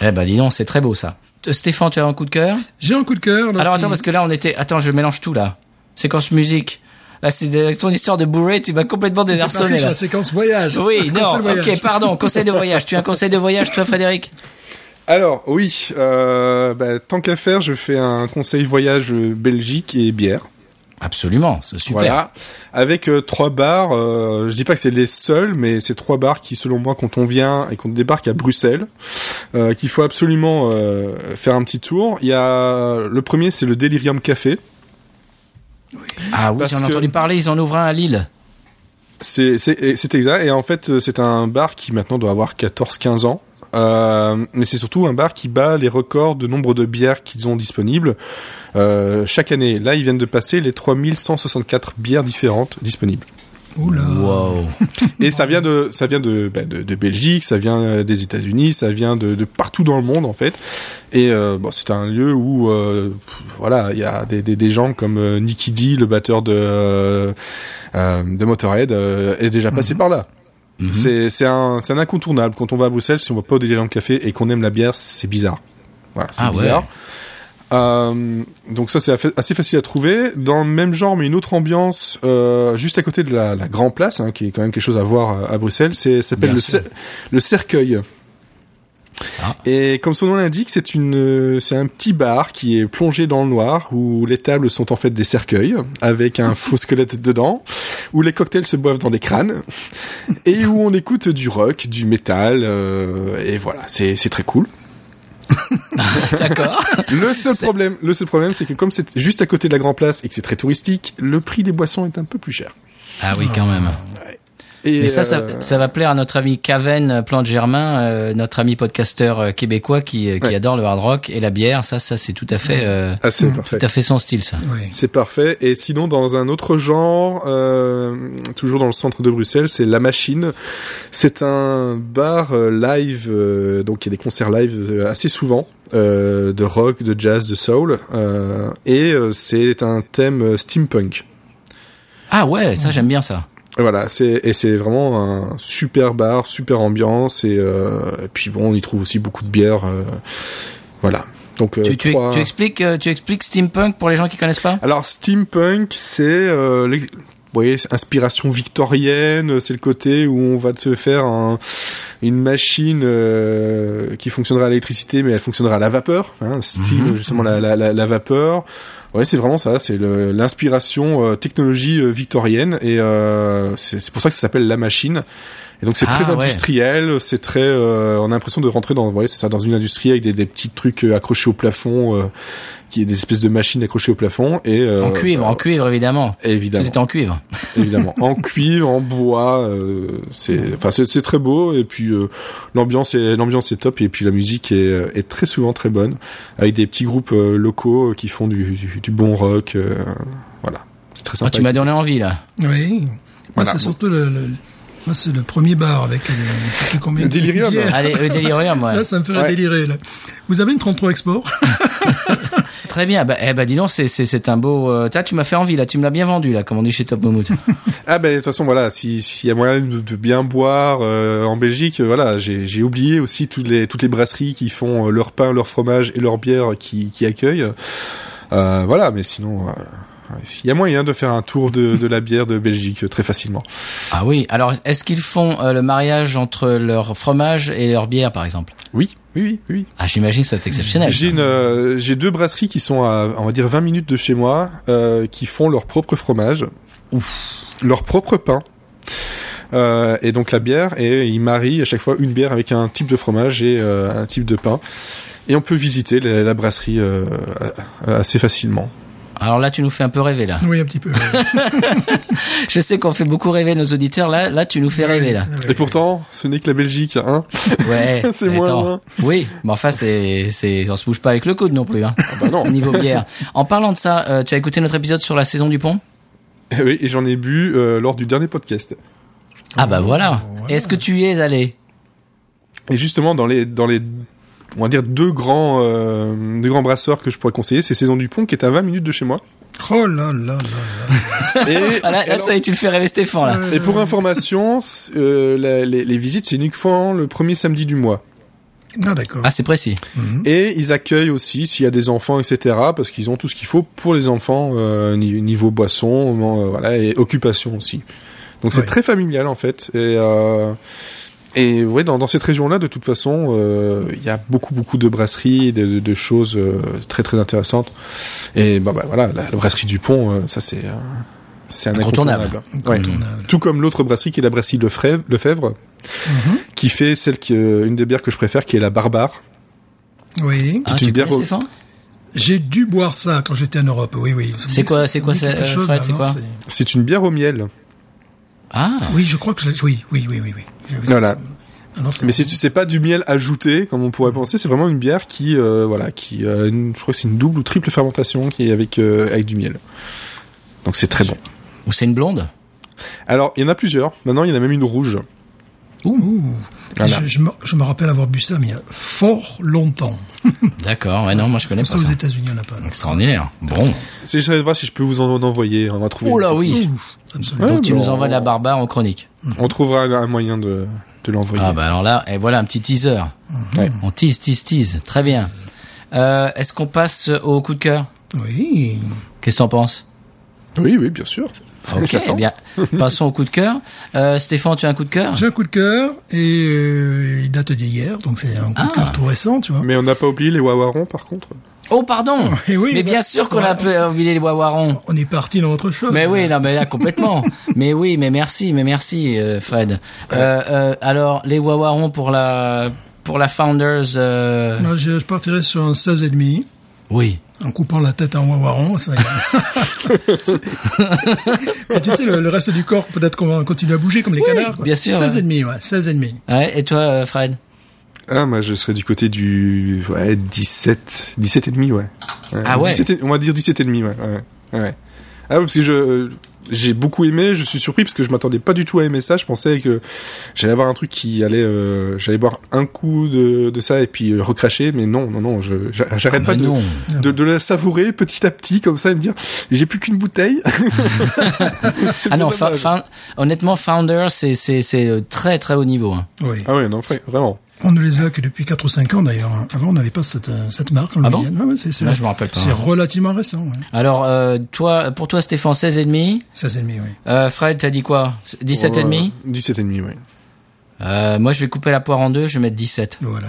Eh ben, dis donc, c'est très beau, ça. Euh, Stéphane, tu as un coup de cœur
J'ai un coup de cœur. là,
Alors,
qui-
attends, parce que là, on était... Attends, je mélange tout, là. Séquence musique. Là, c'est des- ton histoire de bourré, tu m'as complètement
T'es parti
désarçonné,
sur
là.
la séquence voyage.
Oui,
Conseil
non,
voyage.
ok, pardon, conseil de voyage. Tu as un conseil de voyage, toi, Frédéric
Alors oui, euh, bah, tant qu'à faire, je fais un conseil voyage euh, Belgique et bière.
Absolument, c'est super.
Voilà. Avec euh, trois bars, euh, je dis pas que c'est les seuls, mais c'est trois bars qui, selon moi, quand on vient et qu'on débarque à Bruxelles, euh, qu'il faut absolument euh, faire un petit tour. Il y a le premier, c'est le Delirium Café.
Ah oui,
Parce
j'en ai
que-
entendu parler, ils en ouvrent un à Lille.
C'est c'est- et c'est exact. Et en fait, euh, c'est un bar qui maintenant doit avoir 14-15 ans. Euh, mais c'est surtout un bar qui bat les records de nombre de bières qu'ils ont disponibles euh, chaque année. Là, ils viennent de passer les 3164 bières différentes disponibles.
Oula.
Wow.
Et ça vient de ça vient de bah, de, de Belgique, ça vient euh, des États-Unis, ça vient de, de partout dans le monde en fait. Et euh, bon, c'est un lieu où euh, pff, voilà, il y a des, des, des gens comme euh, Nicky D, le batteur de euh, euh, de Motorhead, euh, est déjà passé par là.
Mhm.
C'est c'est un c'est un incontournable quand on va à Bruxelles, si on va pas au Délirant Café et qu'on aime la bière, c'est bizarre. Voilà, c'est
Ah ouais.
bizarre. Euh, donc ça c'est affa- assez facile à trouver. Dans le même genre mais une autre ambiance, euh, juste à côté de la, la Grand Place, hein, qui est quand même quelque chose à voir euh, à Bruxelles, c'est ça s'appelle
Bien
le,
sûr.
cer- le cercueil.
Ah.
Et comme son nom l'indique, c'est une, euh, c'est un petit bar qui est plongé dans le noir où les tables sont en fait des cercueils avec un faux squelette dedans, où les cocktails se boivent dans des crânes et où on écoute du rock, du métal euh, et voilà, c'est c'est très cool.
D'accord.
Le seul problème, le seul problème, c'est que comme c'est juste à côté de la Grand Place et que c'est très touristique, le prix des boissons est un peu plus cher.
Ah oui, quand même.
Et
Mais ça,
euh,
ça, ça va plaire à notre ami Caven Plante Germain, euh, notre ami podcasteur euh, québécois qui, euh, qui
Ouais.
adore le hard rock et la bière. Ça, ça c'est tout à fait, euh,
ah, c'est
tout
parfait.
à fait son style, ça.
Oui.
C'est parfait. Et sinon, dans un autre genre, euh, toujours dans le centre de Bruxelles, c'est La Machine. C'est un bar euh, live, euh, donc il y a des concerts live euh, assez souvent, euh, de rock, de jazz, de soul. euh, et euh, c'est un thème euh, steampunk.
Ah ouais, ça j'aime bien ça.
Voilà, c'est et c'est vraiment un super bar, super ambiance et, euh, et puis bon, on y trouve aussi beaucoup de bière. euh, voilà. Donc euh,
tu, tu,
trois-
tu expliques, euh, tu expliques steampunk pour les gens qui connaissent pas.
Alors steampunk, c'est euh, les- vous voyez, inspiration victorienne, euh, c'est le côté où on va se faire un- une machine euh, qui fonctionnera à l'électricité, mais elle fonctionnera à la vapeur. Hein,
Mhm.
steam, justement la, la, la, la vapeur. Ouais, c'est vraiment ça. C'est le- l'inspiration euh, technologie euh, victorienne et euh, c'est c'est pour ça que ça s'appelle la machine. Et donc c'est
Ah,
très
ouais.
industriel, c'est très. euh, on a l'impression de rentrer dans, vous voyez, c'est ça, dans une industrie avec des, des petits trucs euh, accrochés au plafond, euh, qui est des espèces de machines accrochées au plafond et euh,
en cuivre,
bah,
en cuivre évidemment. Tout
évidemment,
est en cuivre. Ah,
évidemment, en cuivre, en bois. euh, c'est, enfin, c'est, c'est très beau et puis euh, l'ambiance est l'ambiance est top et puis la musique est, euh, est très souvent très bonne avec des petits groupes euh, locaux euh, qui font du, du, du bon rock. euh, voilà, c'est très
Ah,
sympa.
tu m'as donné envie là.
Oui. Moi,
Voilà,
c'est
bon.
surtout le, le- moi, c'est le premier bar avec les, je sais plus combien
Le
de
Delirium.
bières.
Allez, le délirium, Ah, ouais.
Là, ça me ferait
Ouais.
délirer, là. Vous avez une 33 Export?
Très bien. Bah, eh bah dis donc, c'est, c'est, c'est un beau. Euh, tiens, tu m'as fait envie là. Tu me l'as bien vendu là, comme on dit chez Top Moumout.
Ah ben de toute façon voilà, si- s'il y a moyen de, de bien boire euh, en Belgique, euh, voilà, j'ai j'ai oublié aussi toutes les toutes les brasseries qui font euh, leur pain, leur fromage et leur bière qui qui accueillent. Euh, voilà, mais sinon euh, il y a moyen de faire un tour de, de la bière de Belgique euh, très facilement.
Ah oui. Alors, est-ce qu'ils font euh, le mariage entre leur fromage et leur bière, par exemple
Oui, oui, oui, oui.
Ah, j'imagine que c'est exceptionnel.
J'ai une, euh, j'ai deux brasseries qui sont à on va dire 20 minutes de chez moi euh, qui font leur propre fromage,
Ouf.
leur propre pain Euh, et donc la bière, et il marie à chaque fois une bière avec un type de fromage et euh, un type de pain. Et on peut visiter la, la brasserie euh, assez facilement.
Alors là, tu nous fais un peu rêver là.
Oui, un petit peu.
Je sais qu'on fait beaucoup rêver nos auditeurs. Là, là, tu nous fais rêver là.
Et pourtant, ce n'est que la Belgique, hein.
Ouais.
c'est
mais
moins
attends.
loin.
Oui, mais enfin, c'est, c'est, on se bouge pas avec le coude non plus. Hein.
bah non.
Niveau bière. En parlant de ça, euh, tu as écouté notre épisode sur la saison du
Oh,
pont
Eh Oui, et j'en ai bu euh, lors du dernier podcast.
Ah bah voilà.
voilà.
Est-ce que tu y es allé
Et justement, dans les, dans les, on va dire deux grands, euh, deux grands brasseurs que je pourrais conseiller, c'est Saison du Pont qui est à 20 minutes de chez moi.
Oh là là là là.
Et,
Ah, là, là,
alors-
ça y est, tu le fais rêver Stéphane là.
et pour information, c'est, euh, la- les, les visites c'est uniquement le premier samedi du mois.
Ah d'accord.
Ah, c'est précis.
Et ils accueillent aussi s'il y a des enfants, etc. Parce qu'ils ont tout ce qu'il faut pour les enfants euh, ni- niveau boisson, euh, voilà, et occupation aussi. Donc c'est
Ouais.
très familial en fait. Et euh, et ouais, dans, dans cette région-là, de toute façon, euh, il y a beaucoup beaucoup de brasseries, de, de, de choses euh, très très intéressantes. Et bah, bah voilà, la, la brasserie du Pont, euh, ça c'est euh, c'est un
Incontournable.
incontournable. Ouais.
Incontournable.
Tout comme l'autre brasserie qui est la brasserie Lefèvre, Lefèvre
Mhm.
qui fait celle qui euh, une des bières que je préfère, qui est la Barbare.
Oui.
Hein,
C'est
tu
une bière
connais
au-
Stéphane
J'ai dû boire ça quand j'étais en Europe. Oui oui. Ça me
C'est
dit-
quoi-
ça
c'est
me
quoi
dit
ça,
quelque
euh,
chose,
Fred,
là,
c'est
non,
quoi
C'est une bière au miel.
Ah.
Oui, je crois que je l'ai- oui oui oui oui oui. Oui, ça,
Voilà.
ça- Alors, c'est-
Mais c'est c'est pas du miel ajouté comme on
Mhm.
pourrait penser, c'est vraiment une bière qui euh, voilà qui euh, une- je crois que c'est une double ou triple fermentation qui est avec euh, avec du miel. Donc c'est très bon.
Ou c'est une blonde
Alors, il y en a plusieurs. Maintenant, il y en a même une rouge.
Ouh.
Voilà.
Je, je me, je me rappelle avoir bu ça, mais il y a fort longtemps.
D'accord. Ouais, non, moi je connais
Ça,
pas
aux
ça.
États-Unis, on n'a pas. non.
Extraordinaire. Bon.
J'essaierai de voir si je peux vous en, en envoyer, on va trouver.
Oh
une-
là oui.
Ouf, absolument.
Ouais,
Donc tu
mais
nous
on-
envoies de la barbare en chronique.
On trouvera un, un moyen de de l'envoyer.
Ah bah alors là, et voilà un petit teaser.
Mmh. Ouais.
On tease, tease, tease. Très bien. Euh, Est-ce qu'on passe au coup de cœur
Oui.
Qu'est-ce que t'en penses bah.
Oui, oui, bien sûr.
Ok, eh
Ah, J'attends.
bien, passons au coup de cœur. Euh, Stéphane, tu as un coup de cœur
J'ai un coup de cœur et euh, il date d'hier, donc c'est un coup
Ah.
de cœur tout récent, tu vois.
Mais on n'a pas oublié les wawarons par contre.
Oh pardon
Eh oui,
Mais
bah,
bien sûr qu'on
bah,
a appelé- oublié les Wawarons.
On est parti dans autre chose.
Mais oui, non, mais là complètement. mais oui, mais merci, mais merci, euh, Fred. Euh, euh, alors, les Wawarons pour la pour la Founders. euh,
Moi, je, je partirais sur un 16,5
Oui.
en coupant la tête en wawaron. Ça... C'est- Mais tu sais, le, le reste du corps, peut-être qu'on va continuer à bouger comme les canards. quoi.
bien sûr,
16,5, ouais, 16,5.
Ouais, et toi, euh, Fred
Ah, moi je serais du côté du ouais 17 17 et demi ouais.
Ah ouais.
17 et- on va dire 17 et demi ouais. ouais, ouais. Ah ouais, parce que je j'ai beaucoup aimé, je suis surpris parce que je m'attendais pas du tout à aimer ça, je pensais que j'allais avoir un truc qui allait euh, j'allais boire un coup de, de ça et puis euh, recracher mais non non non, je j'a- j'arrête
Ah,
pas
mais
de,
non.
de de la savourer petit à petit comme ça et me dire j'ai plus qu'une bouteille. C'est
Ah non,
bien
fa-
dommage.
fin- honnêtement, Founder, c'est c'est c'est euh, très très haut niveau. hein.
Oui.
Ah ouais, non fr- vraiment.
On ne les a que depuis 4 ou 5 ans d'ailleurs. hein. Avant, on n'avait pas cette, euh, cette marque en
Ah bon
Louisiane. Ouais, ouais, c'est, c'est-
Moi, je Ah. me rappelle pas.
C'est relativement récent. Ouais.
Alors, euh, toi, pour toi, Stéphane, 16 et demi.
16,5, oui.
Euh, Fred, t'as dit quoi 17 et demi.
17 euh, et demi ouais.
Euh, Moi, je vais couper la poire en deux. Je vais mettre 17.
Voilà.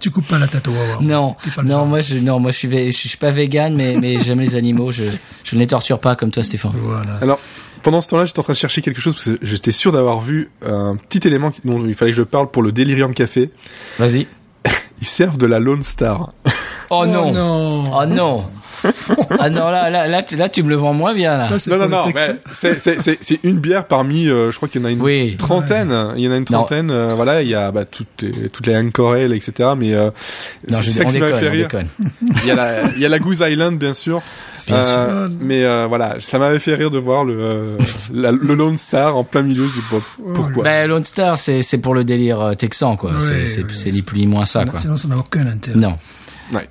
tu coupes pas la tête au wawaron.
Non,
T'es pas le
non,
genre.
moi, je, non, moi, je suis, vé- je suis pas vegan, mais, mais j'aime les animaux. Je, je ne les torture pas comme toi, Stéphane.
Voilà.
Alors, pendant ce temps-là, j'étais en train de chercher quelque chose parce que j'étais sûr d'avoir vu un petit élément qui- dont il fallait que je parle pour le Delirium Café.
Vas-y.
Ils servent de la Lone Star.
Oh, non.
non.
Oh non. ah non, là, là, là, tu, là, tu me le vends moins bien là.
Ça, c'est
Non, non,
pour
non,
le Texas.
mais c'est- c'est c'est- c'est une bière parmi, euh, je crois qu'il y en a une
Oui.
trentaine. Il y en a une trentaine, euh, voilà, il y a bah, toutes, euh, toutes les Anchor Ale, etc. Mais euh,
non,
c'est
je,
ça
on
qui m'a
déconne,
fait
on
rire.
déconne.
Il y, a la, il y a la Goose Island, bien sûr.
Bien
Euh, Mais euh, voilà, ça m'avait fait rire de voir le, euh, la- le Lone Star en plein milieu. Je dis, bon, pourquoi
Ben, Lone Star, c'est c'est pour le délire euh, texan, quoi.
Ouais,
c'est c'est-
ouais,
c'est
ouais.
ni plus ni moins ça, Ah, quoi.
Sinon, ça n'a aucun intérêt.
Non.
Ouais.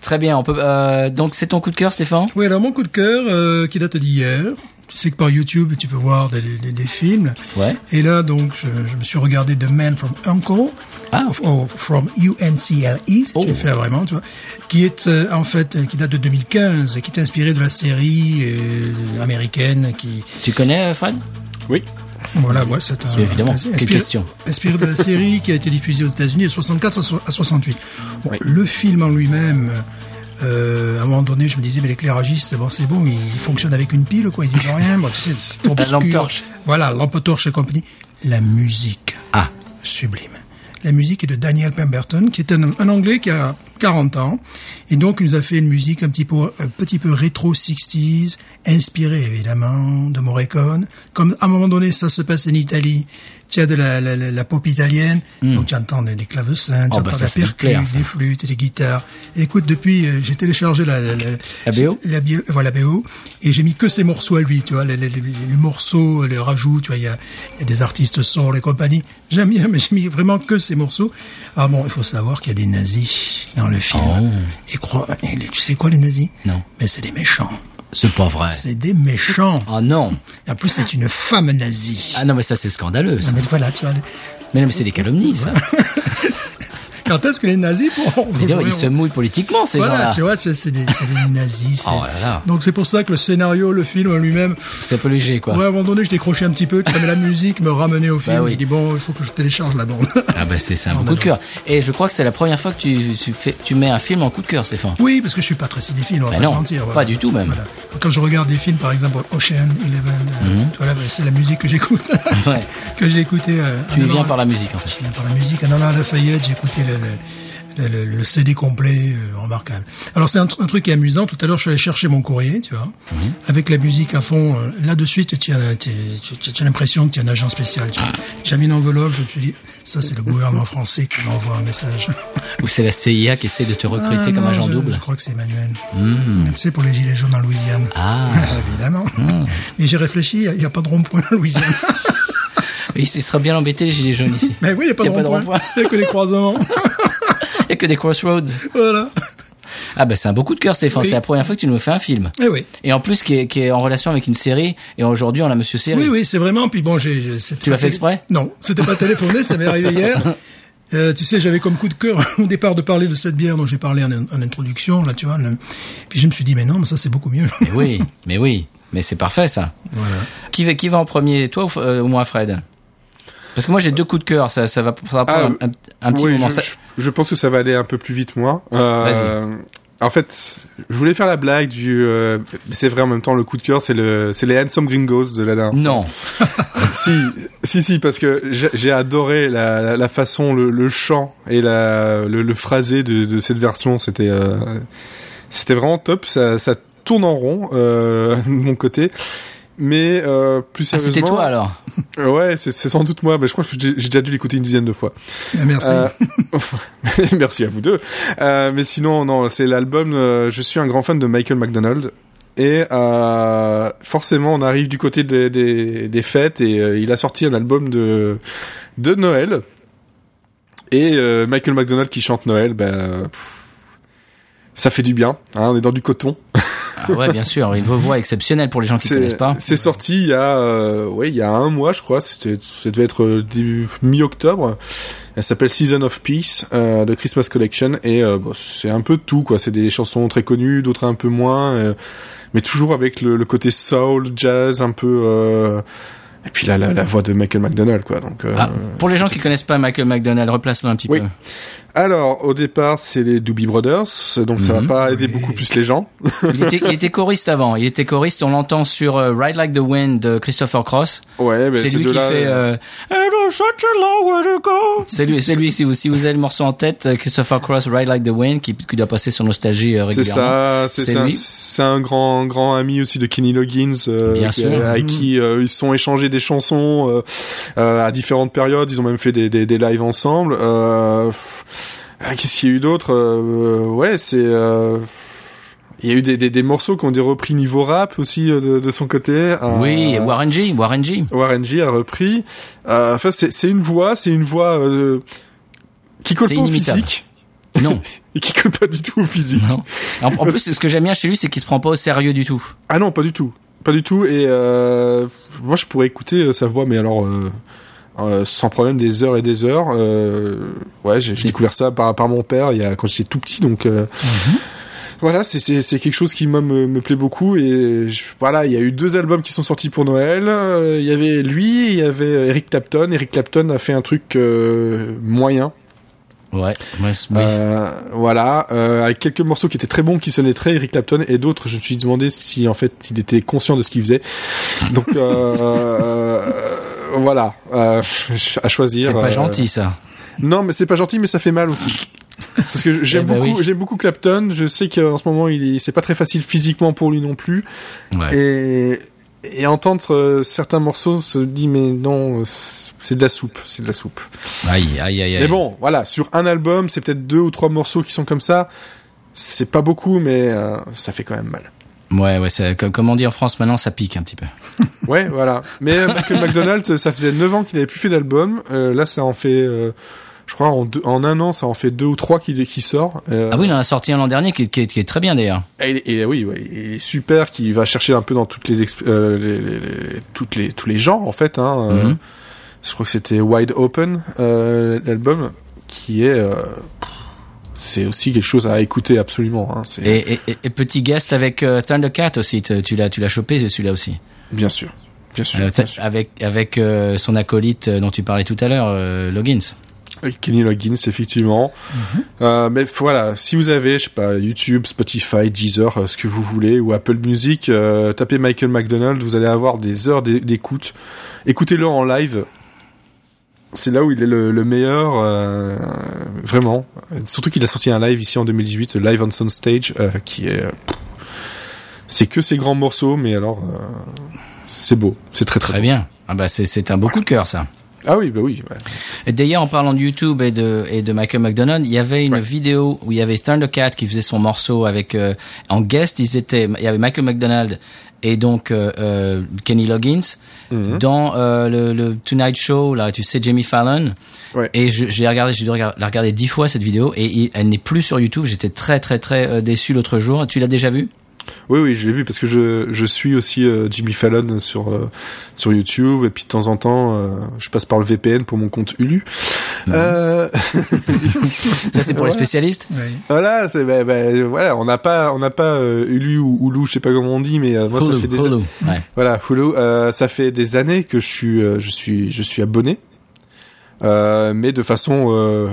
Très bien. On peut. euh, donc, c'est ton coup de cœur, Stéphane.
Oui, alors mon coup de cœur euh, qui date d'hier. Tu sais que par YouTube, tu peux voir des, des- des films.
Ouais.
Et là, donc, je, je me suis regardé The Man from Uncle,
Ah.
of- oh, from UNCLE, E, si
Oh.
tu veux faire vraiment, tu vois, qui est euh, en fait, euh, qui date de 2015, et qui est inspiré de la série euh, américaine, qui,
Tu connais euh, Fred
Oui.
Voilà, ouais, c'est un.
évidemment,
un-
quelle question.
Inspiré de la série qui a été diffusée aux États-Unis de 64 à so- à 68. Bon, Le film en lui-même Euh, à un moment donné, je me disais, mais l'éclairagiste, bon, c'est bon, il fonctionne avec une pile, quoi, il n'y rien. Bon, tu sais, c'est trop
La lampe
obscur.
torche.
Voilà, lampe torche et compagnie. La musique,
Ah.
sublime. La musique est de Daniel Pemberton, qui est un, un Anglais qui a 40 ans, et donc il nous a fait une musique un petit peu, un petit peu rétro 60s, inspirée évidemment de Morricone. Comme à un moment donné, ça se passe en Italie, tu as de la, la, la, la pop italienne, donc tu entends des, des clavecins, tu
Hmm. Oh, bah,
entends
ça,
la
c'est du
percuse,
clair, ça.
des flûtes, des guitares. Et écoute, depuis, euh, j'ai téléchargé la, la, la,
La BO?
la bio- voilà, BO, et j'ai mis que ces morceaux à lui, tu vois, les, les, les- les morceaux, euh, les rajouts, tu vois, il y a, il y a des artistes soul et compagnie. J'ai mis, mais j'ai mis vraiment que ces morceaux. Ah bon, il faut savoir qu'il y a des nazis dans le film. Et crois, et les- tu sais quoi les nazis
Oh. Non.
Mais c'est des méchants.
C'est pas vrai.
C'est des méchants.
Ah non.
Et En plus, c'est une femme nazie.
Ah non, mais ça, c'est scandaleux. ça.
Ah, mais voilà, tu vois. les-
Mais non, mais c'est des calomnies, ça.
Quand est-ce que les nazis pourront
Mais d'ailleurs, ils se mouillent politiquement, ces
Voilà,
gens-là.
tu vois, c'est c'est des, c'est des nazis. c'est-
Oh là là.
Donc c'est pour ça que le scénario, le film en lui-même,
C'est un peu léger, quoi.
Ouais, à un moment donné, je décrochais un petit peu, mais la musique me ramenait au film.
Bah oui.
J'ai dit, bon, il faut que je télécharge la bande.
Ah bah c'est c'est un bon coup de cœur. Et je crois que c'est la première fois que tu, tu, fais, tu mets un film en coup de cœur, Stéphane.
oui, parce que je suis pas très cinéphile, on va
Bah
pas
non,
se mentir.
pas du tout, même.
Voilà. Quand je regarde des films, par exemple Ocean Eleven, euh, tu vois, là, c'est la musique que j'écoute.
Mhm. Ouais.
que j'ai écouté. euh,
Tu
en
viens
allant-
par la musique, en fait.
Je viens par la musique. En allant à Lafayette, j'ai écouté le, le, le- le- le CD complet, euh, remarquable. Alors c'est un, tr- un truc qui est amusant. Tout à l'heure, je suis allé chercher mon courrier, tu vois,
Mhm.
avec la musique à fond. euh, Là de suite, tu as, t'es- tu- tu- tu as l'impression que tu es un agent spécial. tu vois.
Ah.
J'ai mis une enveloppe, je me suis dit, ça c'est le gouvernement français qui m'envoie un message.
Ou c'est la CIA qui essaie de te recruter
Ah,
comme
non,
agent
je-
double Hmm.
Je crois que c'est Emmanuel. C'est pour les gilets jaunes en Louisiane.
Ah. Hmm.
Évidemment. Mais j'ai réfléchi, il n'y a, pas de rond-point en Louisiane.
Oui, ce sera bien embêté les gilets jaunes ici.
Mais oui, il n'y a pas
Y a
de
pas de
rond-point. Il n'y a que les croisements.
Il y a que des crossroads.
voilà.
Ah bah c'est un beau coup de cœur, Stéphane.
Oui.
C'est la première fois que tu nous fais un film.
Eh oui.
Et en plus, qui est, qui est en relation avec une série. Et aujourd'hui, on a Monsieur Série.
Oui, oui, c'est vraiment. Puis bon, j'ai. j'ai- c'était
Tu l'as
pas
fait
télé-
exprès
Non, c'était pas téléphoné, ça m'est arrivé hier. Euh, tu sais, j'avais comme coup de cœur au départ de parler de cette bière dont j'ai parlé en, en introduction, là, tu vois. le- Puis je me suis dit, mais non, mais ça c'est beaucoup mieux.
Mais oui, mais oui. Mais c'est parfait, ça.
voilà.
Qui va, qui va en premier Toi ou, F- euh, ou moi, Fred Parce que moi, j'ai deux coups de cœur. Ça, ça va, ça va prendre
Ah,
un, un petit
Oui,
moment.
Je,
Ça-
je- je pense que ça va aller un peu plus vite, moi. Euh, En fait, je voulais faire la blague du. euh, c'est vrai en même temps, le coup de cœur, c'est le, c'est les Handsome Gringos de la dernière
Non. Ah,
si, si, si, parce que j'ai j'ai adoré la, la, la façon, le, le chant et la, le, le phrasé de, de cette version. C'était, euh, c'était vraiment top. Ça, ça tourne en rond euh, de mon côté. Mais euh, plus
Ah, c'était
sérieusement,
toi alors
Euh, Ouais, c'est c'est sans doute moi. Mais je crois que j'ai j'ai déjà dû l'écouter une dizaine de fois.
Ah, Merci.
Euh, merci à vous deux. Euh, mais sinon, non, c'est l'album. euh, je suis un grand fan de Michael McDonald. Et euh, forcément, on arrive du côté des, des, des fêtes et euh, il a sorti un album de, de Noël. Et euh, Michael McDonald qui chante Noël, ben, pff, ça fait du bien. hein, on est dans du coton.
Ah ouais, bien sûr, une voix exceptionnelle pour les gens qui
C'est-
connaissent pas.
C'est sorti il y a, euh, ouais, il y a un mois, je crois. C'était, ça devait être euh, début mi-octobre. Elle s'appelle Season of Peace, euh, de Christmas Collection, et euh, bon, c'est un peu de tout, quoi. C'est des chansons très connues, d'autres un peu moins, euh, mais toujours avec le, le côté soul, jazz, un peu. euh, et puis là, la, la voix de Michael McDonald, quoi. Donc. euh,
Ah, pour les gens qui connaissent pas Michael McDonald, replace-le un petit
Oui.
peu.
Alors, au départ, c'est les Doobie Brothers, donc ça
Mhm.
va pas aider
Oui.
beaucoup plus les gens.
Il était, il était choriste avant. Il était choriste. On l'entend sur euh, Ride Like the Wind de Christopher Cross.
Ouais, mais
c'est
Eh ces
lui qui
deux-là,
fait.
euh,
euh, It was such a long way to go. C'est lui. C'est lui. Si vous, si vous avez le morceau en tête, euh, Christopher Cross, Ride Like the Wind, qui, qui doit passer sur Nostalgie euh,
C'est
régulièrement.
ça, c'est
C'est
c'est un,
lui.
c'est un grand grand ami aussi de Kenny Loggins, euh,
Bien
qui-
sûr. Mm.
euh, avec qui euh, ils se sont échangés des chansons euh, euh, à différentes périodes. Ils ont même fait des, des, des lives ensemble. Euh, pff, ah, Qu'est-ce qu'il y a eu d'autre Euh, Ouais, c'est euh, il y a eu des, des, des morceaux qui ont des repris niveau rap aussi euh, de, de son côté. Euh,
Oui, et Warren G. Warren G.
Warren G a repris. Euh, Enfin, c'est c'est une voix, c'est une voix euh, qui colle
C'est
pas au
inimitable.
physique
Non,
et qui colle pas du tout au physique.
non. En, en plus, ce que j'aime bien chez lui, c'est qu'il se prend pas au sérieux du tout.
Ah non, pas du tout. Pas du tout. Et euh, moi, je pourrais écouter euh, sa voix, mais alors euh, euh, sans problème des heures et des heures. Euh, ouais, j'ai j'ai
C'est-
découvert ça par, par mon père il y a, quand j'étais tout petit. Donc euh, voilà, c'est- c'est c'est quelque chose qui moi, me, me plaît beaucoup. Et je- voilà, il y a eu deux albums qui sont sortis pour Noël. Euh, Il y avait lui, il y avait Eric Clapton. Eric Clapton a fait un truc euh, moyen.
Ouais, ouais, oui.
Euh, voilà, euh, avec quelques morceaux qui étaient très bons, qui sonnaient très Eric Clapton, et d'autres, je me suis demandé si en fait il était conscient de ce qu'il faisait. Donc euh, voilà, ch- à choisir. euh,
C'est pas gentil ça.
Non, mais c'est pas gentil, mais ça fait mal aussi. Parce que j'aime
Eh ben
beaucoup,
oui.
j'aime beaucoup Clapton. Je sais qu'en ce moment, il est- c'est pas très facile physiquement pour lui non plus.
Ouais.
Et, et entendre euh, certains morceaux se dit mais non, c'est c'est de la soupe, c'est de la soupe.
Aïe, aïe, aïe, aïe.
Mais bon, voilà, sur un album, c'est peut-être deux ou trois morceaux qui sont comme ça. C'est pas beaucoup, mais euh, ça fait quand même mal.
Ouais, ouais, ça, comme, comme on dit en France maintenant, ça pique un petit peu.
Ouais, voilà. Mais euh, Michael McDonald, ça faisait 9 ans qu'il n'avait plus fait d'album. Euh, là, ça en fait, euh, je crois, en, deux- en un an, ça en fait deux ou trois qui, qui sort. Euh,
Ah oui, il en a sorti un l'an dernier qui, qui, qui est très bien d'ailleurs.
Et, il est- et oui, ouais, il est super, qui va chercher un peu dans toutes les, exp- euh, les- les- les- toutes les tous les genres en fait. Hein, Euh,
Mhm.
Je crois que c'était Wide Open euh, l'album, qui est euh, pff, c'est aussi quelque chose à écouter absolument. Hein, c'est
Et, et- et- et petit guest avec euh, Thundercat aussi, te- tu l'as, tu l'as chopé celui-là aussi.
bien sûr, bien sûr,
Euh,
bien
t'as-
sûr.
avec avec euh, son acolyte euh, dont tu parlais tout à l'heure, euh, Loggins.
Avec Kenny Loggins effectivement.
Mhm.
Euh, mais voilà, si vous avez, je sais pas, YouTube, Spotify, Deezer, euh, ce que vous voulez, ou Apple Music, euh, tapez Michael McDonald, vous allez avoir des heures d'é- d'écoute. Écoutez-le en live. C'est là où il est le, le meilleur, euh, vraiment. Surtout qu'il a sorti un live ici en 2018, euh, Live on Sound Stage, euh, qui est, euh, pff, c'est que ses grands morceaux, mais alors, euh, c'est beau, c'est très très,
Très
beau.
bien. Ah bah c'est, c'est un beau coup de cœur ça.
Ah oui, bah oui. ouais.
Et D'ailleurs, en parlant de YouTube et de, et de Michael McDonald, il y avait une vidéo où il y avait Thundercat qui faisait son morceau avec euh, en guest, ils étaient, il y avait Michael McDonald et donc euh, euh, Kenny Loggins
Mhm.
dans euh, le, le Tonight Show là, tu sais Jimmy Fallon.
Ouais.
Et je, j'ai regardé, j'ai dû regarder- la regarder dix fois cette vidéo et il- elle n'est plus sur YouTube. J'étais très très très euh, déçu l'autre jour. Tu l'as déjà vue
Oui, oui, je l'ai vu parce que je, je suis aussi euh, Jimmy Fallon sur, euh, sur YouTube et puis de temps en temps, euh, je passe par le VPN pour mon compte Ulu.
Mhm.
Euh,
Ça c'est pour les
Ouais.
spécialistes.
Oui.
voilà, c'est, bah, bah, voilà, on n'a pas, on n'a pas euh, Ulu ou Hulu, je sais pas comment on dit, mais euh, moi ça fait
Hulu,
des
Hulu. Ouais.
voilà, Hulu, euh, ça fait des années que je suis, euh, je suis, je suis abonné, euh, mais de façon euh,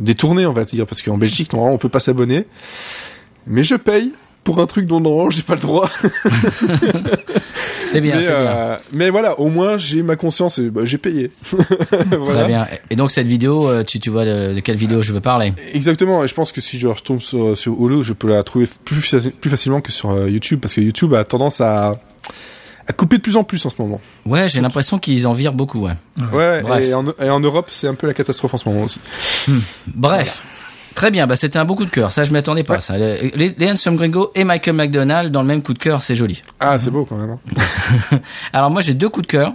détournée, on va dire, parce qu'en Belgique, normalement, on peut pas s'abonner, mais je paye pour un truc dont normalement j'ai pas le droit.
C'est bien,
mais,
c'est bien.
euh, mais voilà, au moins j'ai ma conscience, et, bah, j'ai payé. Voilà.
Très bien. Et donc cette vidéo, euh, tu, tu vois de, de quelle vidéo je veux parler
Exactement, et je pense que si je la retrouve sur, sur Hulu, je peux la trouver plus, faci- plus facilement que sur euh, YouTube, parce que YouTube a tendance à, à couper de plus en plus en ce moment.
Ouais, j'ai l'impression qu'ils en virent beaucoup. Ouais.
Ouais,
Bref.
et en, et en Europe, c'est un peu la catastrophe en ce moment aussi.
Bref. Très bien, bah c'était un beau coup de cœur, ça je m'y attendais pas. Ça. Les, les- les Handsome Gringo et Michael McDonald dans le même coup de cœur, c'est joli.
Ah, c'est beau quand même. hein.
Alors moi j'ai deux coups de cœur.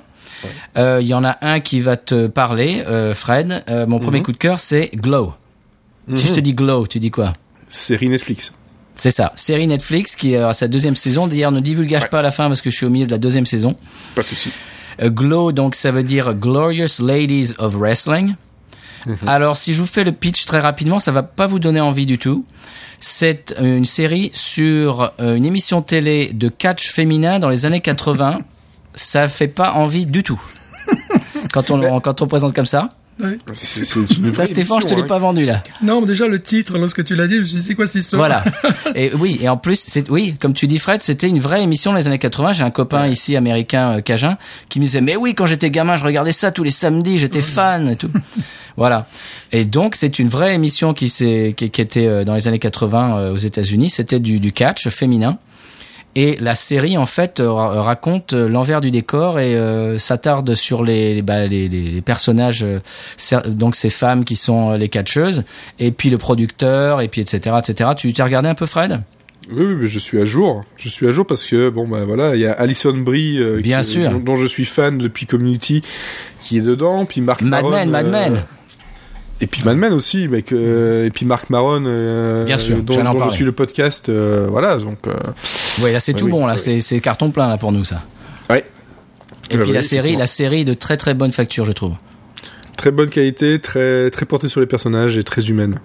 Euh, Il y en a un qui va te parler, euh, Fred. Euh, mon
Mhm.
premier coup de cœur c'est Glow. Si je te dis Glow, tu dis quoi
Série Netflix.
C'est ça. Série Netflix qui est à sa deuxième saison. D'ailleurs, ne divulgage pas la fin parce que je suis au milieu de la deuxième saison.
Pas de souci.
Euh, Glow, donc ça veut dire Glorious Ladies of Wrestling. Alors, si je vous fais le pitch très rapidement, ça va pas vous donner envie du tout. C'est euh, une série sur euh, une émission télé de catch féminin dans les années 80. ça fait pas envie du tout. Quand on, quand on présente comme ça.
Oui.
C'est c'est une
Ça,
vraie
Stéphane, je te
émission,
l'ai
hein.
pas vendu, là.
Non, mais déjà le titre, lorsque tu l'as dit, je me suis dit, c'est quoi cette histoire
Voilà. Et oui, et en plus, c'est oui, comme tu dis Fred, c'était une vraie émission dans les années 80. J'ai un copain ici américain euh, cajun qui me disait "Mais oui, quand j'étais gamin, je regardais ça tous les samedis, j'étais fan et tout." voilà. Et donc, c'est une vraie émission qui s'est qui, qui était euh, dans les années 80 euh, aux États-Unis, c'était du du catch féminin. Et la série, en fait, euh, ra- raconte euh, l'envers du décor et euh, s'attarde sur les, les- bah, les, les- les personnages, euh, cer- donc ces femmes qui sont euh, les catcheuses, et puis le producteur, et puis etc. etc. Tu t'es regardé un peu, Fred
Oui, oui, mais je suis à jour. Je suis à jour parce que bon bah voilà, il y a Alison Brie, euh,
Bien
qui-
sûr.
dont, dont je suis fan depuis Community, qui est dedans, puis Marc
Mad
Maron,
Men, Mad
euh,
Men.
et puis Mad Men aussi, mec, euh, et puis Marc Maron, euh,
Bien sûr,
dont,
j'allais en
dont je
parler.
suis le podcast, euh, voilà, donc euh,
Oui, là c'est tout
oui,
bon, là
oui.
c'est- c'est carton plein là pour nous ça.
ouais.
Et
Euh,
puis
oui,
la série,
effectivement.
la série de très très bonne facture, je trouve.
très bonne qualité, très très portée sur les personnages et très humaine.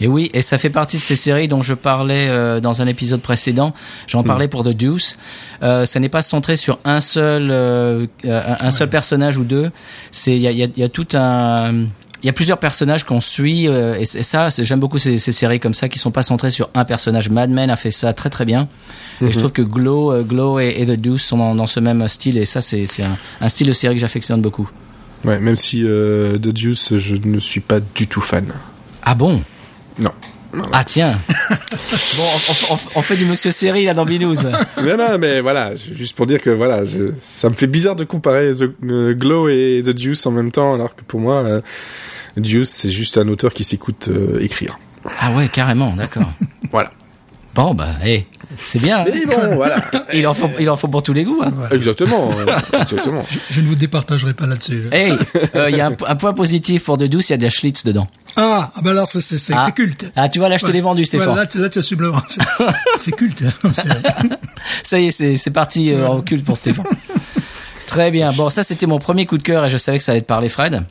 Et oui, et ça fait partie de ces séries dont je parlais euh, dans un épisode précédent. J'en parlais pour The Deuce. Euh, ça n'est pas centré sur un seul euh, euh, un seul personnage ou deux. C'est il y a, il y a- il y a tout un il y a plusieurs personnages qu'on suit euh, et, c'est- ça c'est- j'aime beaucoup ces, ces séries comme ça qui sont pas centrées sur un personnage. Mad Men a fait ça très très bien et je trouve que Glow, euh, Glow et, et The Deuce sont dans, dans ce même style et ça c'est c'est un, un style de série que j'affectionne beaucoup.
Ouais, même si euh, The Juice, je ne suis pas du tout fan.
Ah bon
Non.
Ah tiens. bon, on, on- on fait du Monsieur Série là dans Binous.
non, non, mais voilà, ju- juste pour dire que voilà, je- ça me fait bizarre de comparer The euh, Glow et The Juice en même temps, alors que pour moi, euh, Juice, c'est juste un auteur qui s'écoute euh, écrire.
Ah ouais, carrément, d'accord.
Voilà.
Bon bah, eh, c'est bien. hein.
Mais bon, voilà.
Il en faut, il en faut pour tous les goûts. Hein.
Exactement, euh, exactement.
Je ne vous départagerai pas là-dessus. je-
Hey, euh, il y a un, un point positif pour de douce, il y a de la Schlitz dedans.
Ah, ah ben alors c'est c'est- c'est
Ah.
c'est culte.
Ah, tu vois, là, je te l'ai vendu, Stéphane.
Voilà, là, tu- là, tu as sublimé. C'est- C'est culte. hein, C'est-
Ça y est, c'est c'est parti euh, en culte pour Stéphane. Très bien. Bon, ça, c'était mon premier coup de cœur et je savais que ça allait te parler, Fred.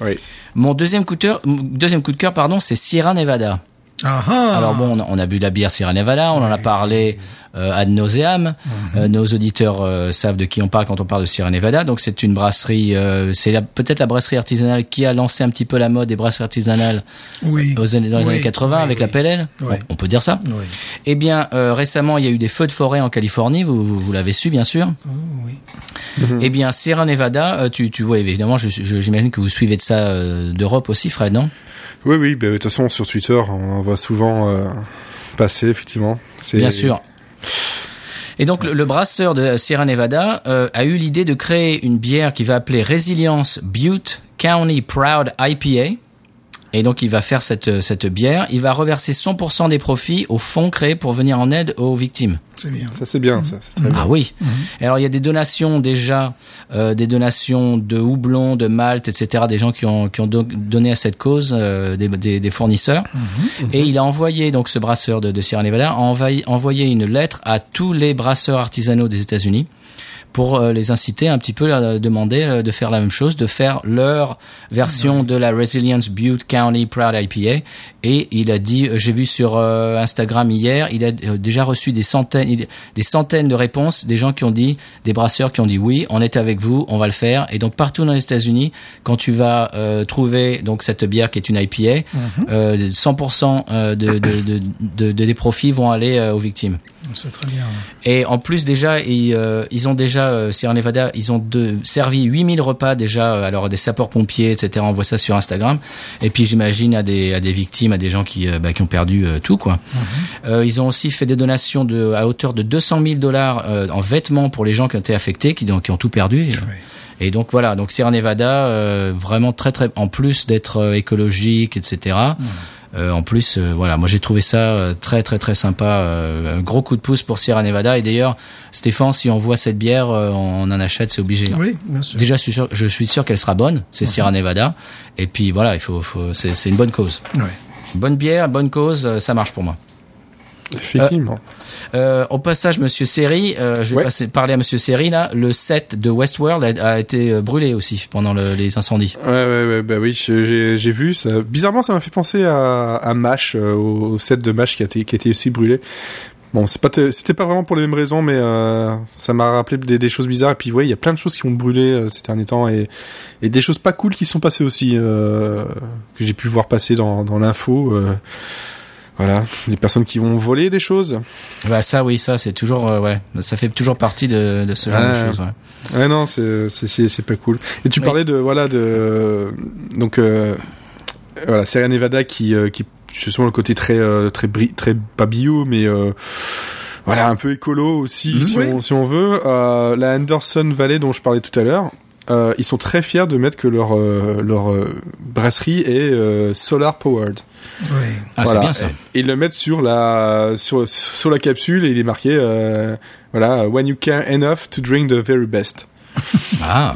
Oui.
Mon deuxième coup de cœur, mon deuxième coup de cœur, pardon, c'est Sierra Nevada.
Ah, ah.
Alors bon, on a- on a bu la bière Sierra Nevada, on en a parlé euh, ad nauseam.
Mhm.
Euh, nos auditeurs euh, savent de qui on parle quand on parle de Sierra Nevada. Donc c'est une brasserie, euh, c'est la- peut-être la brasserie artisanale qui a lancé un petit peu la mode des brasseries artisanales
oui.
aux années- dans les
Oui,
années 80
oui,
avec
oui.
la PLL.
Oui.
On, on peut dire ça.
Oui.
Eh bien, euh, récemment, il y a eu des feux de forêt en Californie. Vous, vous, vous l'avez su, bien sûr.
Oh, oui.
Eh bien, Sierra Nevada, euh, tu, tu vois, évidemment, je- je- j'imagine que vous suivez de ça euh, d'Europe aussi, Fred, non
Oui, oui, bah, de toute façon, sur Twitter, on en voit souvent euh, passer, effectivement. C'est-
Bien sûr. Et donc le, le brasseur de Sierra Nevada euh, a eu l'idée de créer une bière qui va appeler Resilience Butte County Proud IPA. Et donc il va faire cette, cette bière. Il va reverser 100% des profits au fonds créé pour venir en aide aux victimes.
C'est bien.
Ça, c'est bien, ça. c'est très bien. Mhm.
Ah oui. Et alors il y a des donations déjà, euh, des donations de houblon, de malt, etc. Des gens qui ont qui ont do- donné à cette cause, euh, des, des, des fournisseurs.
Mhm.
Et il a envoyé donc ce brasseur de, de Sierra Nevada a envahi- envoyé une lettre à tous les brasseurs artisanaux des États-Unis pour euh, les inciter un petit peu à demander euh, de faire la même chose, de faire leur version de la Resilience Butte County Proud IPA. Et il a dit, euh, j'ai vu sur euh, Instagram hier, il a euh, déjà reçu des centaines, il- des centaines de réponses, des gens qui ont dit, des brasseurs qui ont dit oui, on est avec vous, on va le faire. Et donc partout dans les États-Unis, quand tu vas euh, trouver donc cette bière qui est une IPA, euh, 100% euh, de, de, de, de- de- des profits vont aller euh, aux victimes.
C'est très bien.
Et en plus déjà, ils, euh, ils ont déjà, euh, Sierra Nevada, ils ont de, servi 8000 repas déjà, euh, alors des sapeurs-pompiers, etc. On voit ça sur Instagram. Et puis j'imagine à des, à des victimes, à des gens qui, euh, bah, qui ont perdu euh, tout. quoi. Euh, ils ont aussi fait des donations de, à hauteur de 200 000 dollars euh, en vêtements pour les gens qui ont été affectés, qui, donc, qui ont tout perdu. Et, ben. et donc voilà, donc Sierra Nevada, euh, vraiment très très, en plus d'être euh, écologique, etc. Euh, en plus, euh, voilà, moi j'ai trouvé ça euh, très très très sympa. euh, un gros coup de pouce pour Sierra Nevada. Et d'ailleurs, Stéphane, si on voit cette bière, euh, on en achète, c'est obligé. hein.
Oui, bien sûr.
Déjà, je suis sûr, je suis sûr qu'elle sera bonne. C'est Sierra Nevada. Et puis voilà, il faut, faut c'est c'est une bonne cause.
Ouais.
Bonne bière, bonne cause, euh, ça marche pour moi.
Effectivement.
Euh, au passage, Monsieur Seri, euh, je vais
Ouais.
passer, parler à Monsieur Seri là. Le set de Westworld a, a été euh, brûlé aussi pendant le- les incendies.
Ouais, ouais, ouais, bah oui, je- j'ai j'ai vu. Ça... Bizarrement, ça m'a fait penser à, à Mash, euh, au set de Mash qui a été, qui a été aussi brûlé. Bon, c'est pas te- c'était pas vraiment pour les mêmes raisons, mais euh, ça m'a rappelé des, des choses bizarres. Et puis, ouais, il y a plein de choses qui ont brûlé euh, ces derniers temps et, et des choses pas cool qui sont passées aussi, euh, que j'ai pu voir passer dans, dans l'info. euh, voilà, des personnes qui vont voler des choses.
Bah ça, oui, ça c'est toujours, euh, ouais, ça fait toujours partie de, de ce genre de
Ouais.
choses. ouais.
Ouais, non, c'est c'est- c'est c'est pas cool. Et tu
Oui.
parlais de voilà de donc euh, voilà Sierra Nevada qui euh, qui justement le côté très euh, très bri- très pas bio mais euh, voilà un peu écolo aussi
Mhm.
si,
Oui.
on, si on veut Euh, la Anderson Valley dont je parlais tout à l'heure. euh, ils sont très fiers de mettre que leur euh, leur euh, brasserie est euh, solar powered.
Oui.
Ah
Voilà.
c'est bien ça.
Et ils le mettent sur la sur sur la capsule et il est marqué euh, voilà when you care enough to drink the very best.
Ah,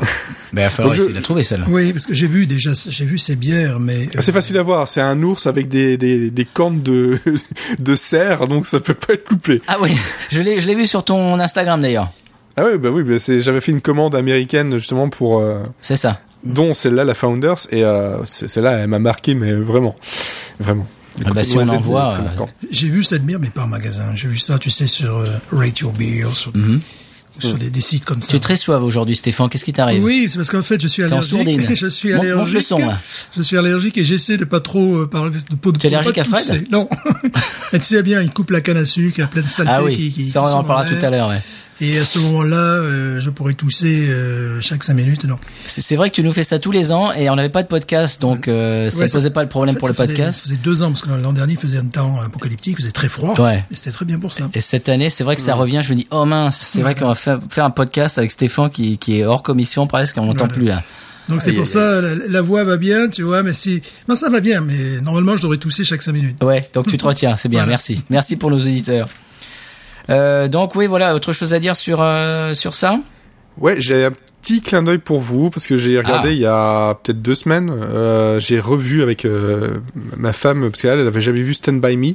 ben il va falloir
Donc je-
essayer de la trouver celle-là.
Oui, parce que j'ai vu déjà, j'ai vu ces bières, mais
Ah, C'est facile à voir, c'est un ours avec des, des, des cornes de, de cerf, donc ça peut pas être coupé.
Ah oui, je l'ai, je l'ai vu sur ton Instagram d'ailleurs.
Ah oui, bah oui, bah c'est- j'avais fait une commande américaine justement pour, euh,
C'est ça.
dont celle-là, la Founders, et euh, c'est- celle-là, elle m'a marqué, mais vraiment, vraiment. Le
Ah bah,
côté
si on en
noisette,
voit,
c'est très
euh,
marquant.
J'ai vu cette bière, mais pas en magasin. J'ai vu ça, tu sais, sur euh, Rate Your Beer, sur sur des, des sites comme ça.
Mhm. Mm. Tu es très suave aujourd'hui, Stéphane. Qu'est-ce qui t'arrive
Oui, c'est parce qu'en fait, je suis
T'es en sourdine.
allergique. Je suis
Monte- monte le
allergique.
son, là.
Je suis allergique et j'essaie de pas trop euh, par- de, de- de
T'es allergique
pas
à Fred
tousser. Non. Mais tu sais bien, il coupe la canne à sucre, il y a plein de saletés
Ah oui,
qui, qui-
ça
qui
on en
sont
parlera
dans l'air.
tout à l'heure. ouais.
Et à ce moment-là, euh, je pourrais tousser euh, chaque cinq minutes. Non.
C'est c'est vrai que tu nous fais ça tous les ans et on n'avait pas de podcast, donc euh, ça
Ouais,
ne posait pas le problème
en fait,
pour le
ça faisait-
podcast.
Ça faisait deux ans parce que l'an dernier, il faisait un temps apocalyptique, il faisait très froid.
Ouais.
Et c'était très bien pour ça.
Et cette année, c'est vrai que ça revient. Je me dis, oh mince, c'est vrai qu'on va faire, faire un podcast avec Stéphane qui, qui est hors commission presque, on n'entend
Voilà.
plus là.
Donc c'est
Aïe,
pour
aïe,
ça, la, la voix va bien, tu vois. Mais si, non, ça va bien. Mais normalement, je devrais tousser chaque cinq minutes.
Ouais, donc tu te retiens, c'est bien.
Voilà.
Merci, merci pour nos auditeurs. Euh, donc oui, voilà, autre chose à dire sur euh, sur ça.
Ouais, j'ai un petit clin d'œil pour vous parce que j'ai regardé
Ah.
il y a peut-être deux semaines. euh, j'ai revu avec euh, ma femme parce qu'elle elle avait jamais vu Stand by Me,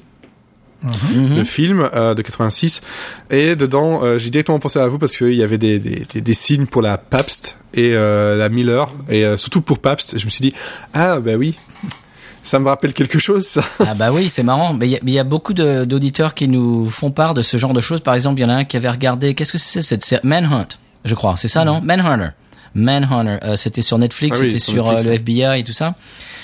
Mhm.
le film euh, de 86. Et dedans, euh, j'ai directement pensé à vous parce qu'il y avait des, des, des- des signes pour la Pabst et euh, la Miller et euh, surtout pour Pabst. Je me suis dit ah bah oui, ça me rappelle quelque chose ça.
Ah bah oui, c'est marrant. Mais il y a- mais il y, a beaucoup de- d'auditeurs qui nous font part de ce genre de choses. Par exemple, il y en a un qui avait regardé. Qu'est-ce que c'est cette série Manhunt, je crois. C'est ça, non Manhunter. Manhunter. Euh, c'était sur Netflix.
Mm. Ah oui,
c'était
sur
sur,
Netflix,
euh, le
ouais.
FBI et tout ça.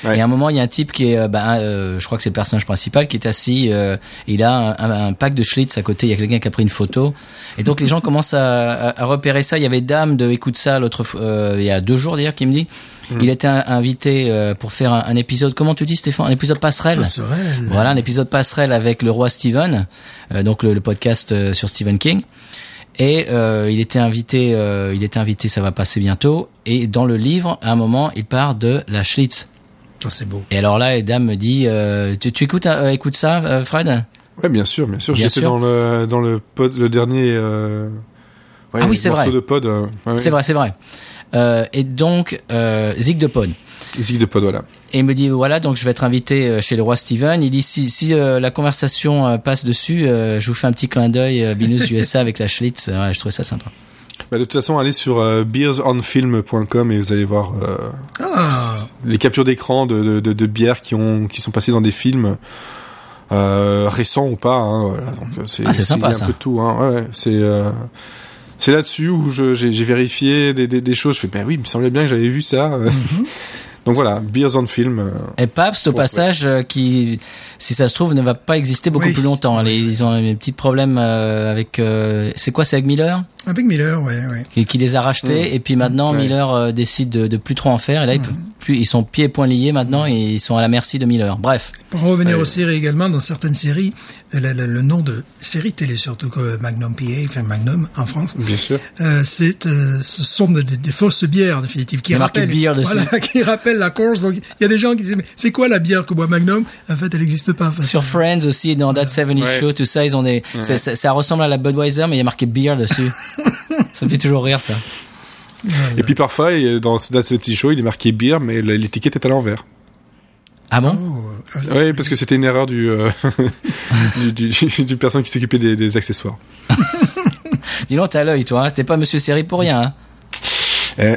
Ouais.
Et à un moment, il y a un type qui est, euh, bah, euh, je crois que c'est le personnage principal, qui est assis. euh, il a un, un- un pack de Schlitz à côté. Il y a quelqu'un qui a pris une photo. Et donc les gens commencent à, à- à repérer ça. Il y avait Dame de Écoute ça l'autre, f- euh, il y a deux jours d'ailleurs, qui me dit.
Mm.
Il était un- invité euh, pour faire un, un épisode. Comment tu dis, Stéphane Un épisode passerelle.
Passerelle.
Voilà, un épisode passerelle avec le roi Steven, euh, donc le, le podcast euh, sur Stephen King. Et euh, il était invité, euh, il était invité, ça va passer bientôt. Et dans le livre, à un moment, il part de la Schlitz.
Putain, Ah, c'est beau.
Et alors là, les dames me dit, euh, tu, tu écoutes, euh, écoute ça, euh, Fred
Ouais, bien sûr, bien sûr.
Bien
J'étais
sûr.
dans le dans le pod, le dernier. euh, ouais,
Ah oui, c'est
morceau
vrai.
De pod, euh, ouais,
C'est vrai, c'est vrai. Euh, et donc, euh, Zig de Pod.
Musique de pod, voilà.
Et il me dit voilà donc je vais être invité euh, chez le roi Steven. Il dit si, si euh, la conversation euh, passe dessus, euh, je vous fais un petit clin d'œil euh, Binous USA avec la Schlitz. Ouais, je trouvais ça sympa.
Bah, de toute façon, allez sur euh, beersonfilm.com et vous allez voir euh,
Ah,
les captures d'écran de, de, de- de bières qui ont qui sont passées dans des films euh, récents ou pas. Hein, voilà. Donc euh, c'est
Ah, c'est
c'est-
sympa,
il y a un
ça.
peu de tout. Hein. Ouais, ouais, c'est euh, c'est là-dessus où je- j'ai j'ai vérifié des, des, des choses. Je fais bah oui, il me semblait bien que j'avais vu ça.
Mhm.
Donc voilà, Beers on Film. euh,
Et Pabst au
Bon,
passage euh, qui si ça se trouve ne va pas exister beaucoup
Oui.
plus longtemps. Les- ils ont un petit problème euh, avec euh, c'est quoi c'est avec Miller
avec Miller, ouais, ouais.
qui, qui les a rachetés et puis maintenant
Mm. Ouais. Mm.
Miller euh, décide de, de plus trop en faire et là ils peuvent plus ils sont pieds et poings liés maintenant et ils sont à la merci de Miller. Bref.
Pour en revenir
Ouais.
aux séries également, dans certaines séries, la- la- le nom de séries télé, surtout que Magnum PA, enfin Magnum en France,
Bien sûr.
euh, c'est, euh, ce sont des, des- des fausses bières, en définitive, qui
Il y a marqué
rappellent,
bière dessus.
voilà, qui rappellent la course. Donc, il y a des gens qui disent, mais c'est quoi la bière que boit Magnum? En fait, elle n'existe pas. Enfin,
Sur
c'est-
Friends aussi, dans That 70
Ouais.
Show, tout ça, ils ont des. Ça, ça- ça ressemble à la Budweiser, mais il y a marqué beer dessus. ça me fait toujours rire ça.
Et puis parfois, il y a- dans That's Petit Show, il est marqué beer, mais la- l'étiquette est à l'envers.
Ah
Mm.
bon
Oh, euh,
Oui, parce que c'était une erreur du, euh, du, du, du personne qui s'occupait des, des accessoires.
Dis donc, t'as l'œil, toi. Hein. C'était pas Monsieur Série pour rien. Hein.
Eh.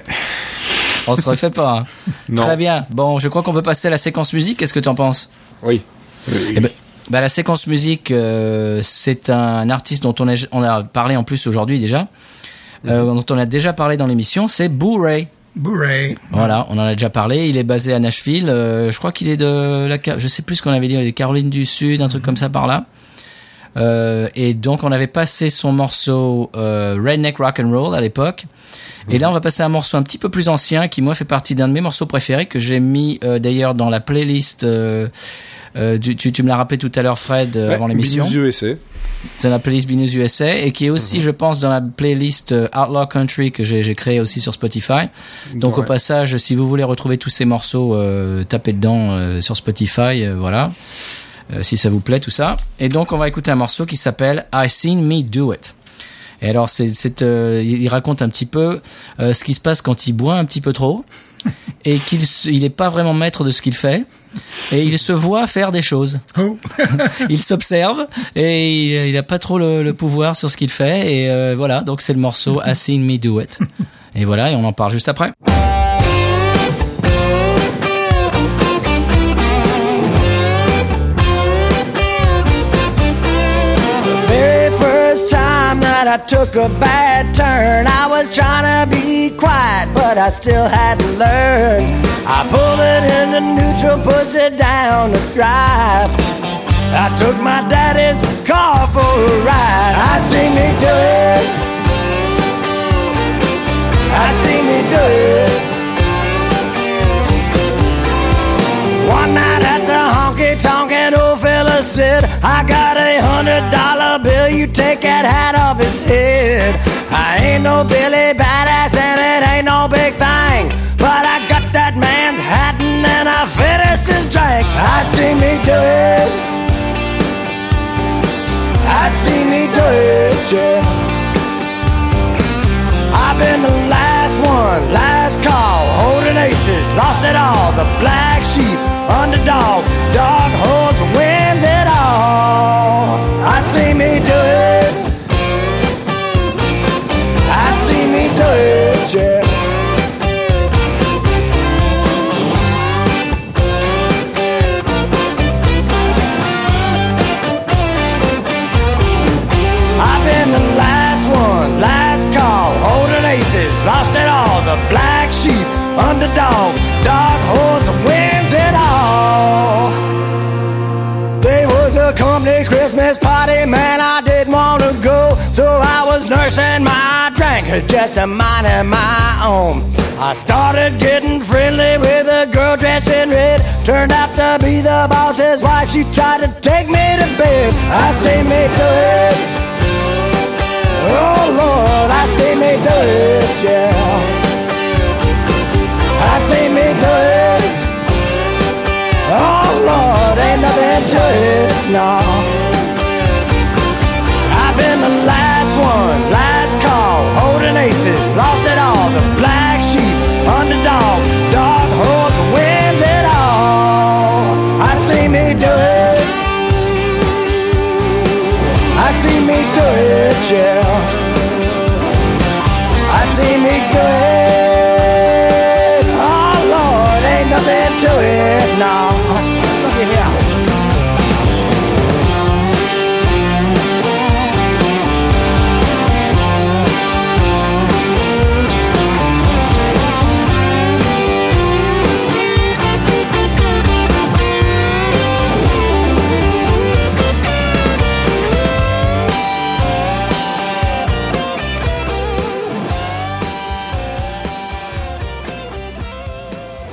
On se refait pas. hein.
Non.
Très bien. Bon, je crois qu'on peut passer à la séquence musique. Qu'est-ce que t'en penses
Oui.
Eh ben, bah, la séquence musique, euh, c'est un artiste dont on a, on a parlé en plus aujourd'hui déjà, euh, dont on a déjà parlé dans l'émission. C'est Boo Ray.
Blu-ray.
Voilà, on en a déjà parlé. Il est basé à Nashville. Euh, je crois qu'il est de la, Ca- je sais plus ce qu'on avait dit, les Carolines du Sud, un truc comme ça par là. Euh, et donc on avait passé son morceau euh, Redneck Rock and Roll à l'époque. Et là on va passer à un morceau un petit peu plus ancien qui moi fait partie d'un de mes morceaux préférés que j'ai mis euh, d'ailleurs dans la playlist. euh, euh, du- tu, tu me l'as rappelé tout à l'heure Fred euh, avant l'émission.
Binous USA.
C'est la playlist Binous USA et qui est aussi, je pense, dans la playlist euh, Outlaw Country que j'ai j'ai créée aussi sur Spotify. Donc au
Ouais.
passage, si vous voulez retrouver tous ces morceaux, euh, tapez dedans euh, sur Spotify, euh, voilà, Euh, si ça vous plaît tout ça. Et donc on va écouter un morceau qui s'appelle I Seen Me Do It. Et alors c'est, c'est, euh, il il raconte un petit peu euh, ce qui se passe quand il boit un petit peu trop et qu'il se- il est pas vraiment maître de ce qu'il fait et il se voit faire des choses
Oh.
il s'observe et il- il n'a pas trop le, le pouvoir sur ce qu'il fait. Et euh, voilà, donc c'est le morceau I Seen Me Do It. Et voilà, et on en parle juste après.
The very first time that I took a bad turn. I was trying to be quiet, but I still hadn't learned. I pulled it into neutral, pushed it down the drive. I took my daddy's car for a ride. I see me do it. I see me do it. One night at the honky tonk, an old fella said, I got a hundred dollar bill, you take that hat off his head. I ain't no Billy Badass and it ain't no big thing, but I got that man's hat and then I finished his drink. I see me do it. I see me do it, yeah. I've been the last one, last call, holding aces, lost it all. The black sheep, underdog, dog horse wins it all. I see me do it. I see me do it, yeah. I've been the last one, last call, holding aces, lost it all. The black sheep, underdog, dark horse wins it all. There was a company Christmas party, man, I didn't want to go. So I was nursing my drink, just a minding my own. I started getting friendly with a girl dressed in red. Turned out to be the boss's wife. She tried to take me to bed. I say, me do it. Oh, Lord, I say, me do it, yeah. I say, me do it. Oh Lord, ain't nothing to it, no. I've been the last one, last call, holding aces, lost it all. The black sheep, underdog, dark horse wins it all. I see me do it. I see me do it, yeah. I see me do it. Oh Lord, ain't nothing to it, no. Look at here.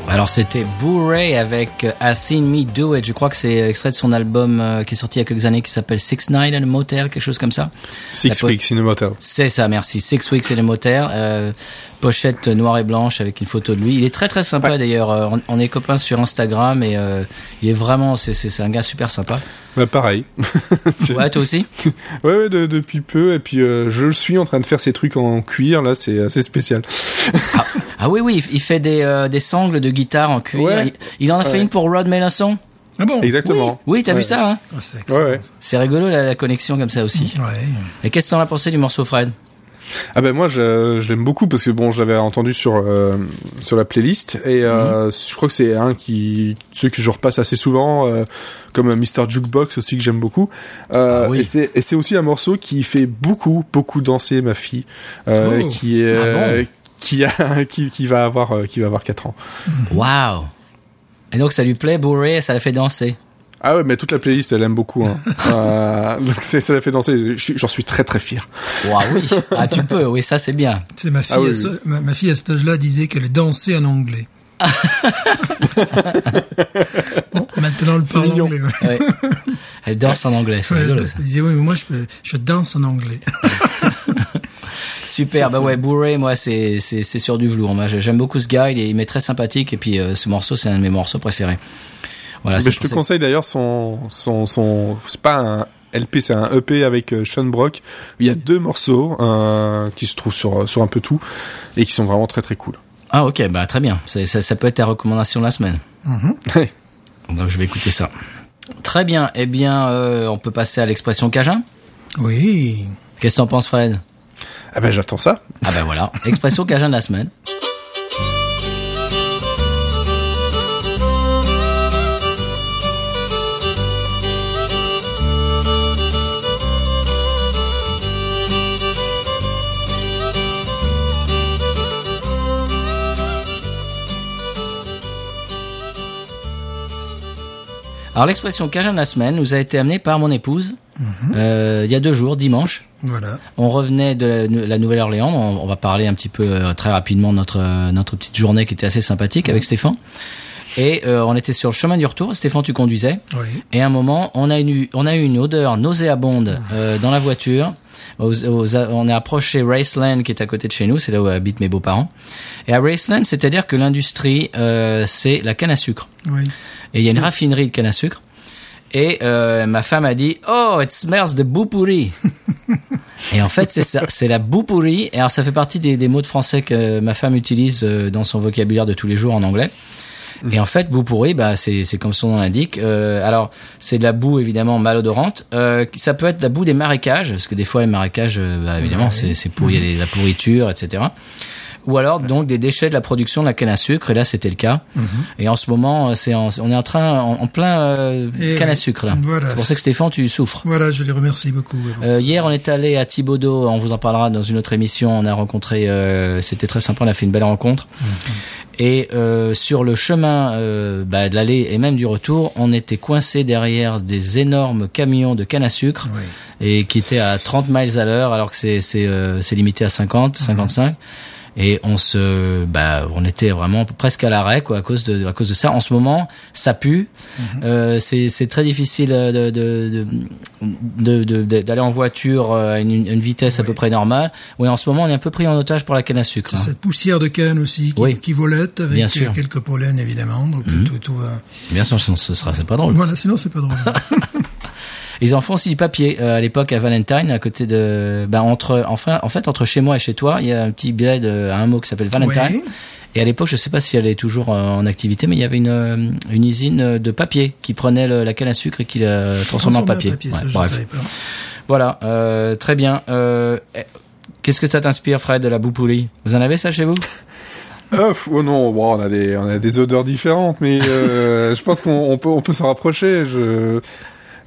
Alors c'était Boo-Ray avec euh, I Seen Me Do It. Je crois que c'est extrait de son album euh, qui est sorti il y a quelques années qui s'appelle Six Nine and a Motel, quelque chose comme ça. La
Six
po-
Weeks in a Motel.
C'est ça, merci. Six Weeks et les moteurs. Euh, pochette noire et blanche avec une photo de lui. Il est très très sympa d'ailleurs. Euh, On, on est copains sur Instagram et euh, il est vraiment, c'est c'est c'est un gars super sympa.
Bah, pareil. J'ai-
Ouais, toi aussi.
Ouais, ouais, de- depuis peu. Et puis, euh, je le suis en train de faire ces trucs en cuir. Là, c'est assez spécial.
Ah oui oui, il f- il fait des euh, des sangles de guitare en cuir.
Ouais.
Il, il en a fait
Ouais.
une pour Rod Melanson.
Ah bon
Exactement.
Oui, t'as
Ouais.
vu ça hein
Ah, c'est
Ouais, ouais.
excellent,
C'est rigolo la, la connexion comme ça aussi.
ça. Ouais.
Et qu'est-ce que t'en as pensé du morceau Fred
Ah ben moi je, je l'aime beaucoup parce que bon je l'avais entendu sur euh, sur la playlist et euh,
Mhm.
je crois que c'est un qui ceux que je repasse assez souvent euh, comme euh, Mr Jukebox aussi que j'aime beaucoup euh,
Ah oui.
et c'est et c'est aussi un morceau qui fait beaucoup beaucoup danser ma fille euh,
Oh.
qui est euh,
Ah bon
qui a qui qui va avoir euh, qui va avoir 4 ans.
Waouh. Et donc ça lui plaît, bourré, ça l'a fait danser.
Ah ouais mais toute la playlist elle aime beaucoup hein. euh, donc c'est ça la fait danser Je suis- j'en suis très très fier.
Waouh oui. Ah tu peux, oui ça c'est bien.
C'est ma fille,
Ah oui,
à ce- ma, ma fille à cet âge-là disait qu'elle dansait en anglais. bon, maintenant elle parle
mignon.
anglais. ouais.
Ouais. Elle danse en anglais, c'est
Ouais,
rigolo. ça.
elle disait oui, mais moi je, peux- je danse en anglais.
Super, bah ouais, Blu-ray, moi, c'est c'est c'est sur du velours. Moi, j'aime beaucoup ce gars, il est, il m'est très sympathique, et puis euh, ce morceau, c'est un de mes morceaux préférés. Voilà,
Mais
Ah, c'est
je te
pour ça-
conseille d'ailleurs son, son, son, c'est pas un LP, c'est un EP avec euh, Sean Brock. Il y a deux morceaux euh, qui se trouvent sur, sur un peu tout et qui sont vraiment très très cool.
Ah, ok, bah très bien. C'est- Ça, ça peut être ta recommandation de la semaine.
Ouais.
Donc, je vais écouter ça. Très bien, eh bien, euh, on peut passer à l'expression Cajun.
Oui.
Qu'est-ce que t'en penses, Fred
Ah ben j'attends ça.
Ah, bah voilà, expression Cajun de la semaine. Alors l'expression Cajun de la semaine nous a été amenée par mon épouse euh, il y a deux jours, dimanche.
Voilà.
On revenait de la, la Nouvelle-Orléans. On, on va parler un petit peu euh, très rapidement de notre euh, notre petite journée qui était assez sympathique avec Stéphane. Et euh, on était sur le chemin du retour. Stéphane, tu conduisais.
Oui.
Et à un moment, on a une on a eu une odeur nauséabonde euh, dans la voiture. Aux- aux- on est approché Raceland qui est à côté de chez nous, c'est là où habitent mes beaux-parents. Et à Raceland, c'est-à-dire que l'industrie, euh, c'est la canne à sucre.
Oui.
Et il y a une raffinerie de canne à sucre. Et euh, ma femme a dit Oh, it smells de boupouri. et en fait, c'est ça, c'est la boupouri. Et alors, ça fait partie des, des mots de français que ma femme utilise euh, dans son vocabulaire de tous les jours en anglais.
Mhm.
Et en fait, boue pourrie, bah, c'est, c'est comme son nom l'indique. Euh, alors, c'est de la boue évidemment malodorante. Euh, ça peut être de la boue des marécages, parce que des fois les marécages, euh, bah, évidemment, c'est, c'est pour il y a les- la pourriture, etc. Ou alors donc des déchets de la production de la canne à sucre. Et là, c'était le cas.
Mhm.
Et en ce moment, euh, c'est en- on est en train en, en plein euh,
Et
canne à
oui.
sucre. Là.
Voilà.
C'est pour ça que Stéphane, tu souffres.
Voilà, je les remercie beaucoup. Laurence.
Euh, hier, on est allé à Thibaudot. On vous en parlera dans une autre émission. On a rencontré. euh, C'était très sympa. On a fait une belle rencontre. Et euh, sur le chemin euh, bah, de l'aller et même du retour, on était coincé derrière des énormes camions de canne à sucre
Oui.
et qui étaient à 30 miles à l'heure, alors que c'est c'est euh, c'est limité à 50, 55. Et on se, bah, on était vraiment presque à l'arrêt quoi à cause de à cause de ça. En ce moment, ça pue. Euh, c'est c'est très difficile euh, de de de- de- de- de- d'aller en voiture euh, à une, une vitesse à peu près normale. Oui, en ce moment, on est un peu pris en otage pour la canne à sucre. hein.
Cette poussière de canne aussi qui,
Oui.
qui volette avec
Bien sûr. Mhm.
euh, quelques pollens évidemment. Donc tout, tout va.
Bien sûr, sinon ce sera c'est pas drôle.
Voilà, sinon c'est pas drôle.
Ils en font aussi du papier. Euh, à l'époque, à Valentine, à côté de, ben entre, enfin, en fait, entre chez moi et chez toi, il y a un petit bled euh, à un mot qui s'appelle Valentine.
Oui.
Et à l'époque, je sais pas si elle est toujours euh, en activité, mais il y avait une, euh, une usine euh, de papier qui prenait le- la canne à sucre et qui la transformait en
Transformer
papier. Ouais,
ça, je
bref.
savais pas.
Voilà, euh, très bien. Euh, eh, Qu'est-ce que ça t'inspire, Fred, de la boupouli Vous en avez ça chez vous
Ouf, oh non, bon, on a des, on a des odeurs différentes, mais euh, je pense qu'on on peut, on peut s'en rapprocher. Je,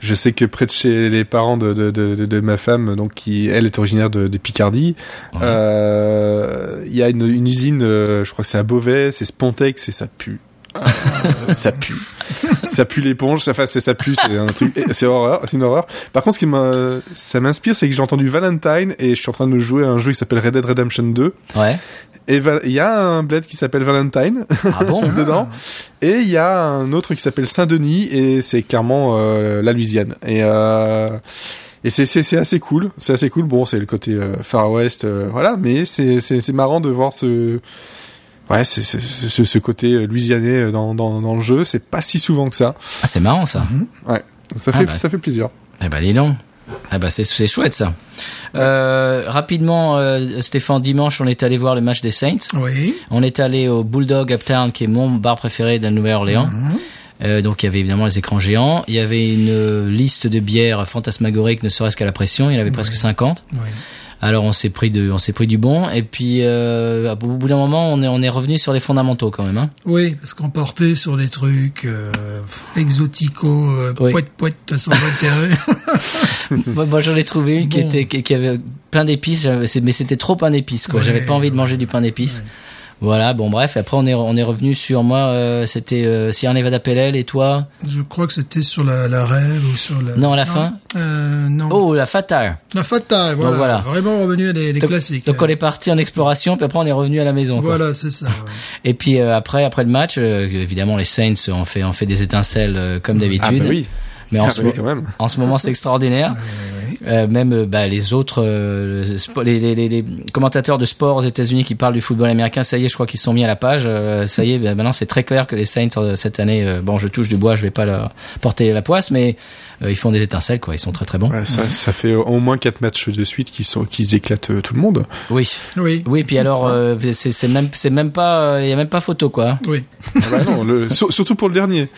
je sais que près de chez les parents de, de, de, de- de ma femme, donc qui elle est originaire de, de Picardie,
Ouais.
euh, il y a une, une usine, euh, je crois que c'est à Beauvais, c'est Spontex et ça pue. Ah, ça pue, ça pue l'éponge, ça, enfin, c'est- ça pue, c'est un truc, c'est horreur, c'est une horreur. Par contre, ce qui m'a- ça m'inspire, c'est que j'ai entendu Valentine et je suis en train de jouer à un jeu qui s'appelle Red Dead Redemption 2
Ouais.
et Val- il y a un bled qui s'appelle Valentine
Ah bon
dedans. Et il y a un autre qui s'appelle Saint-Denis et c'est clairement euh, la Louisiane. Et, euh, et c'est, c'est, c'est assez cool. C'est assez cool. Bon, c'est le côté euh, Far West, euh, voilà. Mais c'est, c'est, c'est marrant de voir ce. Ouais, c'est, c'est- c'est- ce- ce côté euh, louisianais euh, dans, dans, dans le jeu. C'est pas si souvent que ça.
Ah, c'est marrant ça.
Mhm.
Ouais. Ça
Ah
fait,
bah.
ça fait plaisir.
Eh ben dis donc. Ah bah c'est c'est chouette ça. Euh, rapidement, euh, Stéphane, dimanche, on est allé voir le match des Saints.
Oui.
On est allé au Bulldog Uptown, qui est mon bar préféré de la Nouvelle-Orléans.
Mhm.
Euh, donc il y avait évidemment les écrans géants, il y avait une euh, liste de bières fantasmagoriques, ne serait-ce qu'à la pression, il y en avait presque 50.
Oui.
Alors on s'est pris de, on s'est pris du bon, et puis euh, au bout d'un moment on est, on est revenu sur les fondamentaux quand même. Hein.
Oui, parce qu'on portait sur des trucs euh, exotico, euh,
Oui.
poète poète sans intérêt.
moi, moi, j'en ai trouvé une qui
Bon.
était qui, qui avait plein d'épices, j'avais- c'est- mais c'était trop pain d'épices quoi.
Ouais,
J'avais pas envie de
ouais,
manger du pain d'épices. Voilà, bon bref, après on est on est revenu sur moi, euh, c'était euh, Sierra Nevada Pellel et toi.
Je crois que c'était sur la, la rêve ou sur la.
Non, à la fin
euh, Non.
Oh la fatale.
La fatale, voilà.
voilà.
Vraiment revenu à des, des
Donc-
classiques.
hein.
Donc on
là.
est parti en exploration, puis après on est revenu à la maison. quoi.
Voilà, c'est ça. ouais.
Et puis euh, après, après le match, euh, évidemment les Saints ont fait ont fait des étincelles euh, comme d'habitude.
Ah bah oui.
Mais en,
Ah
ce
bah oui,
mo-
quand même.
en ce moment, c'est extraordinaire. Euh, même euh, bah, les autres euh, le spo- les, les, les, les commentateurs de sport aux États-Unis qui parlent du football américain, ça y est, je crois qu'ils se sont mis à la page. Euh, ça y est, bah, maintenant c'est très clair que les Saints euh, cette année, euh, bon, je touche du bois, je vais pas leur porter la poisse, mais euh, ils font des étincelles, quoi. Ils sont très très bons.
Ouais, ça, ça fait au moins quatre matchs de suite qui sont, qui éclatent euh, tout le monde.
Oui.
Oui.
Oui, puis alors, euh, c'est c'est même, c'est même pas, euh, il y a même pas photo, quoi.
Oui.
Ah bah non, le- sur- surtout pour le dernier.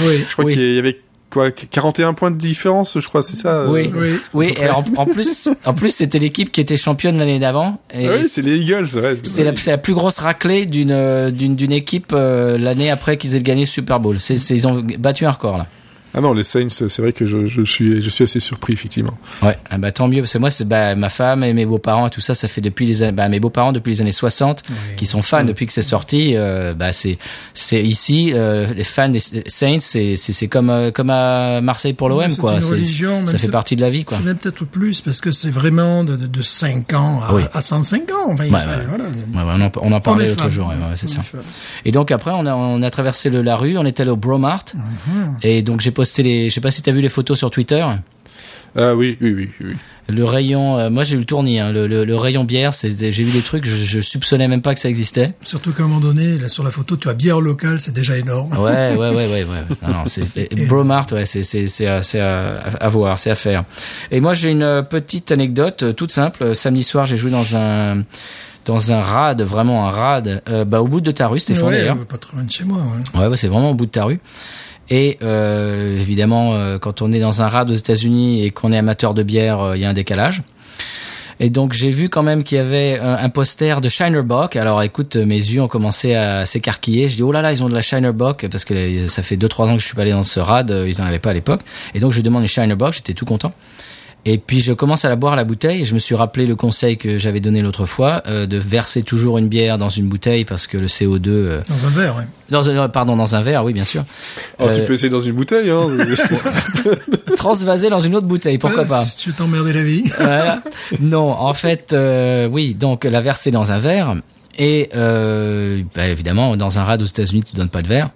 Oui.
Je crois
Oui.
qu'il y avait quoi 41 points de différence, je crois, c'est ça euh,
Oui.
Oui.
Oui, et alors en en plus, en plus c'était l'équipe qui était championne l'année d'avant. Et
Ah oui, c'est les Eagles, ouais.
c'est la, c'est la plus grosse raclée d'une euh, d'une d'une équipe euh, l'année après qu'ils aient gagné le Super Bowl. C'est c'est- ils ont battu un record là.
Ah non, les Saints, c'est vrai que je, je, suis, je suis assez surpris, effectivement.
Ouais, ah bah, tant mieux, parce que moi, c'est bah, ma femme et mes beaux-parents et tout ça, ça fait depuis les années, bah, mes beaux-parents depuis les années 60, qui sont fans depuis que c'est sorti. euh, bah, c'est, c'est ici, euh, les fans des Saints, c'est, c'est, c'est comme, euh, comme à Marseille pour l'OM,
C'est
quoi.
une
C'est-
religion, même
ça fait
si-
partie de la vie, quoi.
C'est même peut-être plus, parce que c'est vraiment de, de, de 5 ans à,
Oui.
à 105 ans. Enfin,
Ouais, ouais.
voilà.
Ouais, ouais, on, en, on en parlait l'autre
fan.
jour, ouais, ouais,
On
c'est
est
ça.
fan.
Et donc après, on a, on a traversé le- la rue, on est allé au Bromart, et donc j'ai posté les, je sais pas si t'as vu les photos sur Twitter.
Ah oui, oui, oui, oui.
Le rayon, euh, moi j'ai eu le tournis, hein, le, le- le rayon bière, c'est des- j'ai vu des trucs, je, je soupçonnais même pas que ça existait.
Surtout qu'à un moment donné, là, sur la photo, tu as bière locale, c'est déjà énorme.
Ouais, ouais, ouais, ouais, ouais. Non, non, c'est
énorme.
Bromart, ouais, c'est c'est c'est à, c'est à, à voir, c'est à faire. Et moi j'ai une euh, petite anecdote euh, toute simple. Euh, Samedi soir, j'ai joué dans un dans un rad, vraiment un rad, euh, bah au bout de ta rue, Stéphane
ouais,
d'ailleurs.
euh, pas trop loin de chez moi. ouais.
Ouais, ouais, c'est vraiment au bout de ta rue. Et euh, évidemment, euh, quand on est dans un rad aux États-Unis et qu'on est amateur de bière, euh, il y a un décalage. Et donc j'ai vu quand même qu'il y avait euh, un, un poster de Shiner Bock. Alors écoute, mes yeux ont commencé à s'écarquiller. Je dis oh là là, ils ont de la Shiner Bock parce que euh, ça fait deux trois ans que je suis pas allé dans ce rad, euh, ils en avaient pas à l'époque. Et donc je demande une Shiner Bock, j'étais tout content. Et puis je commence à la boire la bouteille et je me suis rappelé le conseil que j'avais donné l'autre fois euh, de verser toujours une bière dans une bouteille parce que le CO2 euh,
Dans un verre, ouais.
dans un, euh, pardon, dans un verre, oui, bien sûr.
Alors,
Euh,
Oh, tu peux essayer dans une bouteille, hein.
Transvaser dans une autre bouteille, pourquoi
Ouais,
pas
Si tu veux t'emmerder la vie.
Voilà. Non, en fait, euh, oui, donc la verser dans un verre. Et euh, bah, évidemment, dans un rad aux États-Unis, tu donnes pas de verre.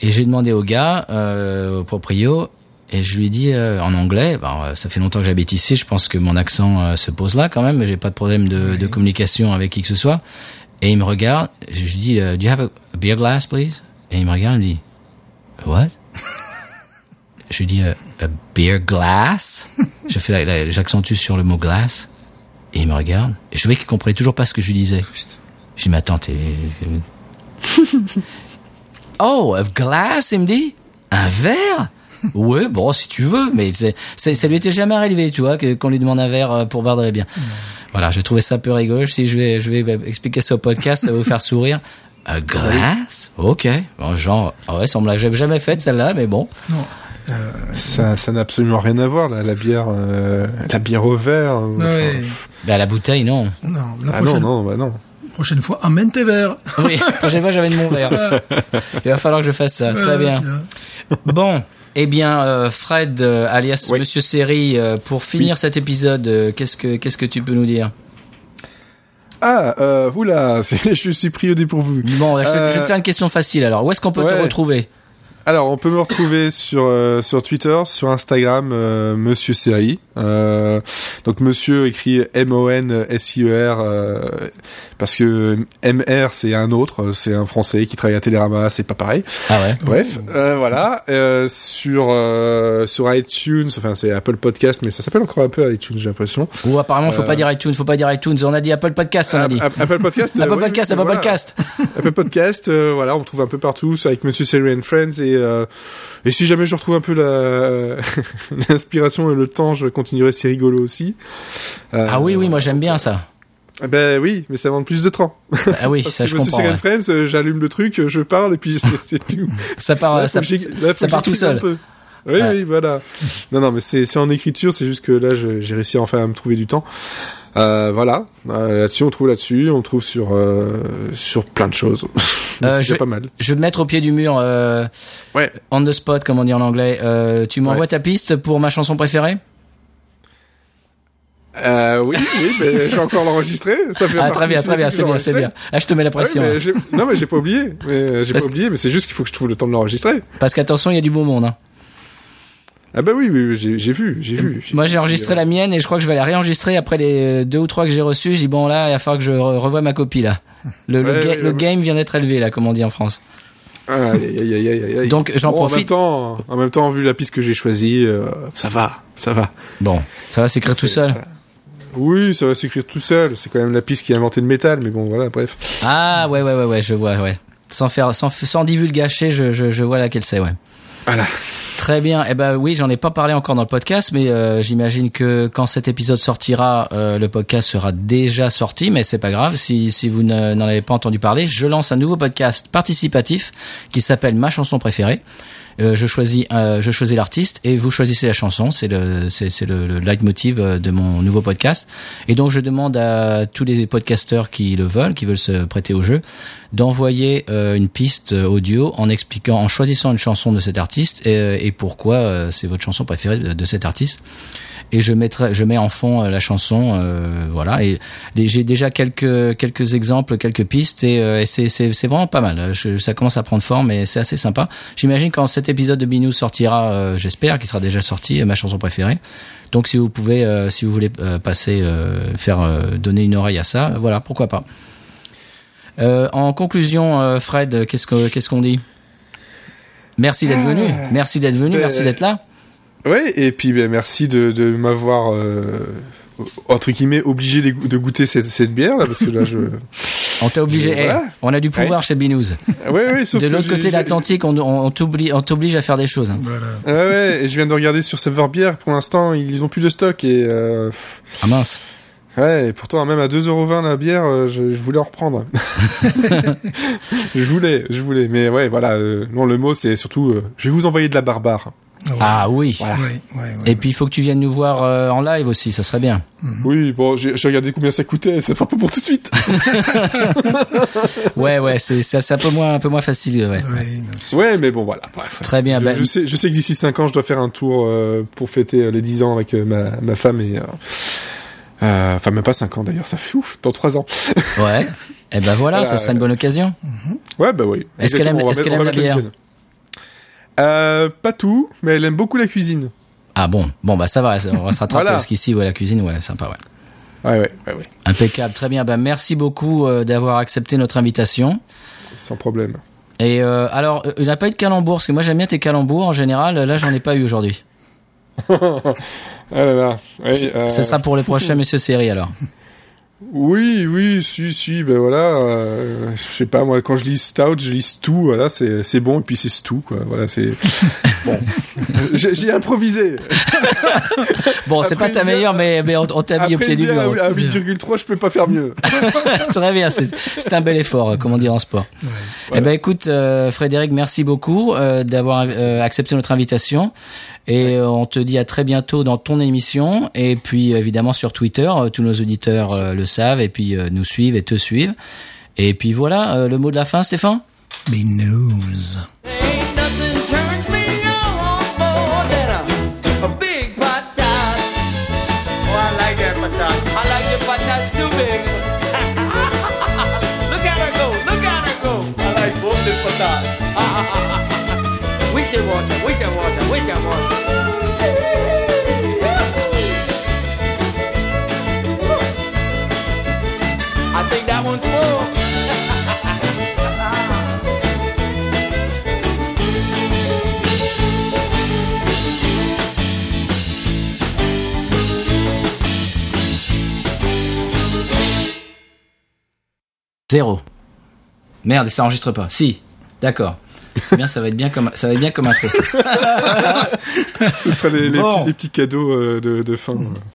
Et j'ai demandé au gars, euh, au proprio, et je lui ai dit euh, en anglais, bon, euh, ça fait longtemps que j'habite ici, je pense que mon accent euh, se pose là quand même, mais j'ai pas de problème de, de communication avec qui que ce soit. Et il me regarde, je lui dis, euh, Do you have a beer glass, please? Et il me regarde, il me dit, What? Je lui dis euh, a beer glass. je fais la- la- j'accentue sur le mot glace et il me regarde. Et je voyais qu'il comprenait toujours pas ce que je lui disais. Je lui dis mais attends t'es oh a glass il me dit un verre. Ouais, bon, si tu veux, mais c'est, c'est- ça lui était jamais arrivé, tu vois, que, qu'on lui demande un verre euh, pour boire de la bière. Voilà, je trouvais ça un peu rigolo. Si je vais, je vais bah, expliquer ça au podcast, ça va vous faire sourire. A glass? Ok. Bon, genre, ah ouais, ça me l'a jamais faite, celle-là, mais bon.
Non.
ça, ça n'a absolument rien à voir, là, la bière, euh, la bière au verre. euh,
Ouais.
Bah, la bouteille, non.
Non, la
enfin. Ah non,
prochaine,
non, bah non.
prochaine fois, emmène tes verres.
Oui, la prochaine fois, j'avais de mon verre. Il va falloir que je fasse ça. Ah, Très
Voilà,
bien.
tu vois.
Bon. Eh bien, euh, Fred, euh, alias
Oui.
Monsieur Seri, euh, pour finir cet épisode, euh, qu'est-ce que qu'est-ce que tu peux nous dire
Ah, euh, oula, c'est- je suis pris au dépourvu.
Bon, je, je vais
Euh,
te faire une question facile. Alors, où est-ce qu'on peut te
ouais.
retrouver
Alors, on peut me retrouver sur euh, sur Twitter, sur Instagram, euh, Monsieur Seri. Euh, donc Monsieur écrit M O N S I E R euh, parce que M R c'est un autre, c'est un Français qui travaille à Télérama, c'est pas pareil.
Ah ouais.
Bref, euh, voilà. Euh, sur euh, sur iTunes, enfin c'est Apple Podcast, mais ça s'appelle encore un peu iTunes, j'ai l'impression.
Ou apparemment, faut
Euh,
pas dire iTunes, faut pas dire iTunes. On a dit Apple Podcast, on a dit.
App- Apple Podcast. euh,
Apple
oui,
Podcast,
oui,
Apple
voilà.
Podcast.
Apple Podcast, euh, voilà, on me trouve un peu partout c'est avec Monsieur Seri and Friends et euh, et si jamais je retrouve un peu la l'inspiration et le temps, je continuerai, c'est rigolo aussi. Euh,
Ah oui, oui, moi j'aime bien ça.
Ben oui, mais ça demande plus de temps.
Ah oui,
Parce
ça
que
je
Monsieur
comprends.
Seri and
ouais.
Friends, euh, j'allume le truc, euh, je parle et puis c'est c'est tout.
Ça part, euh,
Là, faut
ça,
que j'éc- là, faut
ça
que
part tout
j'écrive un
seul.
peu. Oui,
Ouais.
oui, voilà. Non, non, mais c'est c'est en écriture, c'est juste que là, je- j'ai réussi enfin à me trouver du temps. Euh, voilà. Euh, là-dessus, on trouve là-dessus, on trouve sur euh, sur plein de choses.
Euh,
c'est
je-
déjà pas mal.
Je vais te mettre au pied du mur, euh,
Ouais.
on the spot, comme on dit en anglais. Euh, tu m'envoies
Ouais.
ta piste pour ma chanson préférée
Euh, oui, oui, mais j'ai encore l'enregistré. Ça fait
Ah,
partie
très bien,
aussi
très
des
bien,
trucs
c'est bien,
que
c'est bien.
j'enregistrais.
Là, je te mets la
Ah oui,
pression.
mais
hein.
j'ai- non, mais j'ai pas oublié. Mais euh, j'ai
Parce-
pas oublié, mais c'est juste qu'il faut que je trouve le temps de l'enregistrer.
Parce qu'attention, il y a du beau monde. hein.
Ah bah oui, oui, oui, j'ai j'ai vu, j'ai vu.
Moi, j'ai enregistré la mienne et je crois que je vais la réenregistrer après les deux ou trois que j'ai reçus. J'ai dit, bon, là, il va falloir que je re- revoie ma copie, là. Le, le
Ouais,
ga-
ouais,
le
ouais.
game vient d'être élevé, là, comme on dit en France.
Ah, aïe, aïe, aïe, aïe, aïe, aïe.
Donc, j'en
Bon, En même
profite.
temps, en même temps, vu la piste que j'ai choisie, euh, ça va, ça va.
Bon, ça va s'écrire tout seul.
Oui, ça va s'écrire tout seul. C'est quand même la piste qui a inventé le métal, mais bon, voilà, bref.
Ah, ouais, ouais, ouais, ouais, je vois, ouais. Sans faire, sans, sans divulgacher, je, je, je vois laquelle c'est, ouais.
Voilà.
Très bien. Eh ben oui, j'en ai pas parlé encore dans le podcast, mais euh, j'imagine que quand cet épisode sortira, euh, le podcast sera déjà sorti, mais c'est pas grave. Si, si vous ne- n'en avez pas entendu parler, je lance un nouveau podcast participatif qui s'appelle Ma chanson préférée. Euh, je choisis, euh, je choisis l'artiste et vous choisissez la chanson. C'est le, c'est, c'est le, le leitmotiv euh, de mon nouveau podcast. Et donc, je demande à tous les podcasteurs qui le veulent, qui veulent se prêter au jeu, d'envoyer euh, une piste audio en expliquant, en choisissant une chanson de cet artiste et, et pourquoi euh, c'est votre chanson préférée de, de cet artiste et je mettrai je mets en fond euh, la chanson euh, voilà et les- j'ai déjà quelques quelques exemples quelques pistes et, euh, et c'est c'est c'est vraiment pas mal Je- ça commence à prendre forme et c'est assez sympa j'imagine quand cet épisode de Binou sortira euh, j'espère qu'il sera déjà sorti euh, ma chanson préférée donc si vous pouvez euh, si vous voulez euh, passer euh, faire euh, donner une oreille à ça euh, voilà pourquoi pas Euh, en conclusion euh, Fred euh, qu'est-ce que qu'est-ce qu'on dit Merci d'être venu, merci d'être venu,
Euh,
merci d'être là.
Ouais, et puis ben, merci de, de m'avoir, euh, entre guillemets, obligé de go- de goûter cette, cette bière, là, parce que là, je...
On t'a obligé.
Je- voilà.
eh, on a du pouvoir chez Binous.
Ouais, ouais, sauf
De
que
l'autre
j'ai-
côté
j'ai-
de l'Atlantique, on, on, on t'oblige on t'oblige à faire des choses. hein.
Voilà.
Ouais, ouais, et je viens de regarder sur Saveur Bière, pour l'instant, ils ont plus de stock, et... euh, pff,
Ah mince.
ouais, et pourtant, même à 2,20€ la bière, euh, je, je voulais en reprendre. je voulais, je voulais, mais ouais, voilà, euh, non, le mot, c'est surtout, euh, je vais vous envoyer de la barbare.
Ah oui.
Ouais, ouais, ouais.
Et puis il faut que tu viennes nous voir euh, en live aussi, ça serait bien.
Oui, bon, j'ai j'ai regardé combien ça coûtait, ça sera pas pour tout de suite.
Ouais, ouais, c'est c'est- c'est un peu moins un peu moins facile. Ouais.
Ouais, bien sûr.
ouais, mais bon, voilà, bref.
Très bien.
Je,
bah,
je sais, je sais que d'ici 5 ans, je dois faire un tour euh, pour fêter euh, les 10 ans avec euh, ma, ma femme et... euh, euh, Enfin, même pas 5 ans d'ailleurs, ça fait ouf, dans 3 ans.
ouais. Et ben voilà,
Voilà,
ça serait une
euh,
bonne occasion.
Ouais, bah oui.
Est-ce qu'elle aime-
Exactement, on va
est-ce qu'elle
mettre- on
aime la
va mettre
bière
mienne. euh, Pas tout, mais elle aime beaucoup la cuisine.
Ah bon. Bon bah ça va, on va se rattraper
Voilà.
parce qu'ici, ouais, la cuisine, ouais, sympa, ouais. bah
Ouais, ouais, ouais, ouais,
Impeccable. Très bien. Bah merci beaucoup euh, d'avoir accepté notre invitation.
sans problème.
Et euh, alors, euh, il n'a pas eu de calembour parce que moi j'aime bien tes calembours en général. Là, j'en ai pas eu aujourd'hui.
Ah là là. Ouais, euh,
Ça sera pour les prochains Monsieur Série alors.
Oui, oui, si, si, ben voilà. euh, je sais pas, moi, quand je lis Stout, je lis tout, voilà, c'est c'est bon, et puis c'est tout, quoi. Voilà, c'est. bon. J'ai j'ai improvisé.
Bon, c'est pas
Après
ta
une
meilleure,
bière-
mais, mais on, on t'a mis
Après
au pied
une
du
bière
mur.
ah, à 8,3, je peux pas faire mieux.
Très bien, c'est c'est un bel effort, euh, comment dire, en sport. Eh ben, écoute, euh, Frédéric, merci beaucoup euh, d'avoir euh, accepté notre invitation. Et euh, on te dit à très bientôt dans ton émission. Et puis, évidemment, sur Twitter, euh, tous nos auditeurs euh, le savent et puis euh, nous suivent et te suivent. Et puis voilà, euh, le mot de la fin, Stéphane
Big news.
Ain't nothing turns me on more than a, a big patat. Oh, I like that patat. I like your patats too big. look at her go, look at her go. I like both the patats. we should watch her, we should watch her, we should watch her. I think that one's full.
Zéro. Merde, ça enregistre pas. Si, d'accord. C'est bien, ça va être bien comme, ça va être bien comme intro. ça.
Ce sera les, les
Bon.
petits, les petits cadeaux euh, de, de fin.